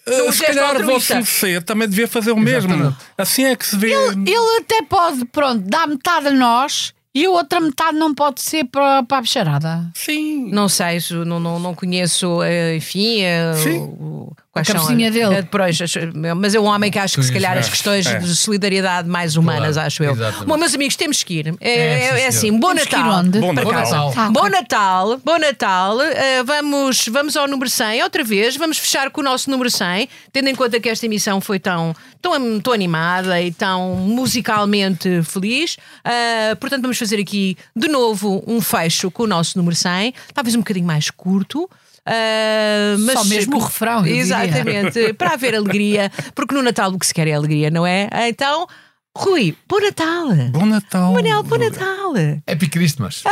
A: Num
B: Uh, se
A: gesto
B: calhar
A: altruísta.
B: você também devia fazer o mesmo.
D: Exatamente.
B: Assim é que se vê.
C: Ele até pode, pronto, dar metade a nós e a outra metade não pode ser para, para a bicharada.
B: Sim.
A: Não sei, se- não, não, não conheço, eh, enfim, eh,
B: Sim.
A: o- o- quais
C: A
A: são
C: cabecinha
A: as-
C: dele.
A: eh, pois, as- mas é um homem que acho que se
D: Sim,
A: calhar
D: é,
A: as questões
B: é.
A: de solidariedade mais humanas,
D: Claro,
A: acho eu.
D: exatamente.
A: Bom, meus amigos, temos que ir. É,
D: É,
A: é-
D: sim,
A: é assim,
D: senhora.
A: bom
C: Temos que ir
A: Natal.
C: onde?
B: Bom
D: Bom
B: Natal.
D: Natal.
C: Ah,
A: Bom
C: ok.
A: Natal, bom Natal. Eh, vamos, vamos ao número 100 outra vez. Vamos fechar com o nosso número 100, tendo em conta que esta emissão foi tão, tão, tão animada e tão musicalmente feliz. Eh, portanto, vamos fazer aqui de novo um fecho com o nosso número 100, talvez um bocadinho mais curto. eh, mas
C: Só mesmo o refrão, eu diria.
A: Exatamente, para haver alegria, porque no Natal o que se quer é alegria, não é? Então, Rui, bom Natal!
B: Bom Natal.
A: Manel, bom Natal!
D: Happy Christmas.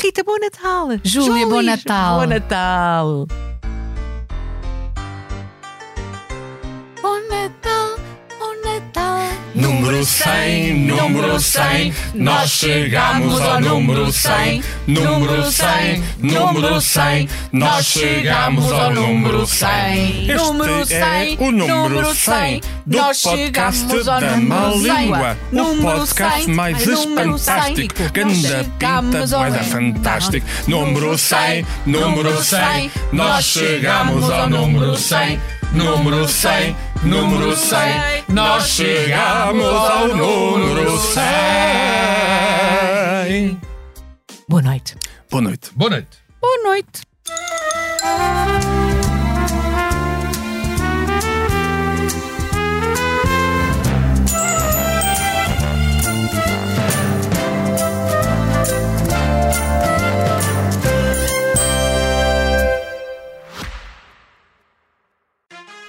A: Rita, bom Natal.
C: Júlia, bom
A: Luís,
C: Natal.
A: Bom Natal.
C: Bom Natal, bom Natal.
G: Número 100, número 100, nós chegamos ao número 100. Número 100, número 100, nós chegamos ao número 100.
B: Este
C: Número 100,
B: é o número
C: número
B: 100 do
C: nós
B: podcast
C: chegamos ao
B: da
C: número
B: Má
C: 100.
B: Língua. O
C: Número
B: podcast
C: 100,
B: mais
C: número 100,
B: espantástico.
C: nós
B: Ganda pinta,
C: chegamos ao
B: guarda
C: número
B: fantástico.
C: 100.
B: Número 100, número 100,
G: Nós chegamos ao número 100. Número 100, número 100, nós chegamos ao número
B: 100.
A: Boa noite.
B: Boa noite.
D: Boa noite.
C: Boa noite.
G: Número 100,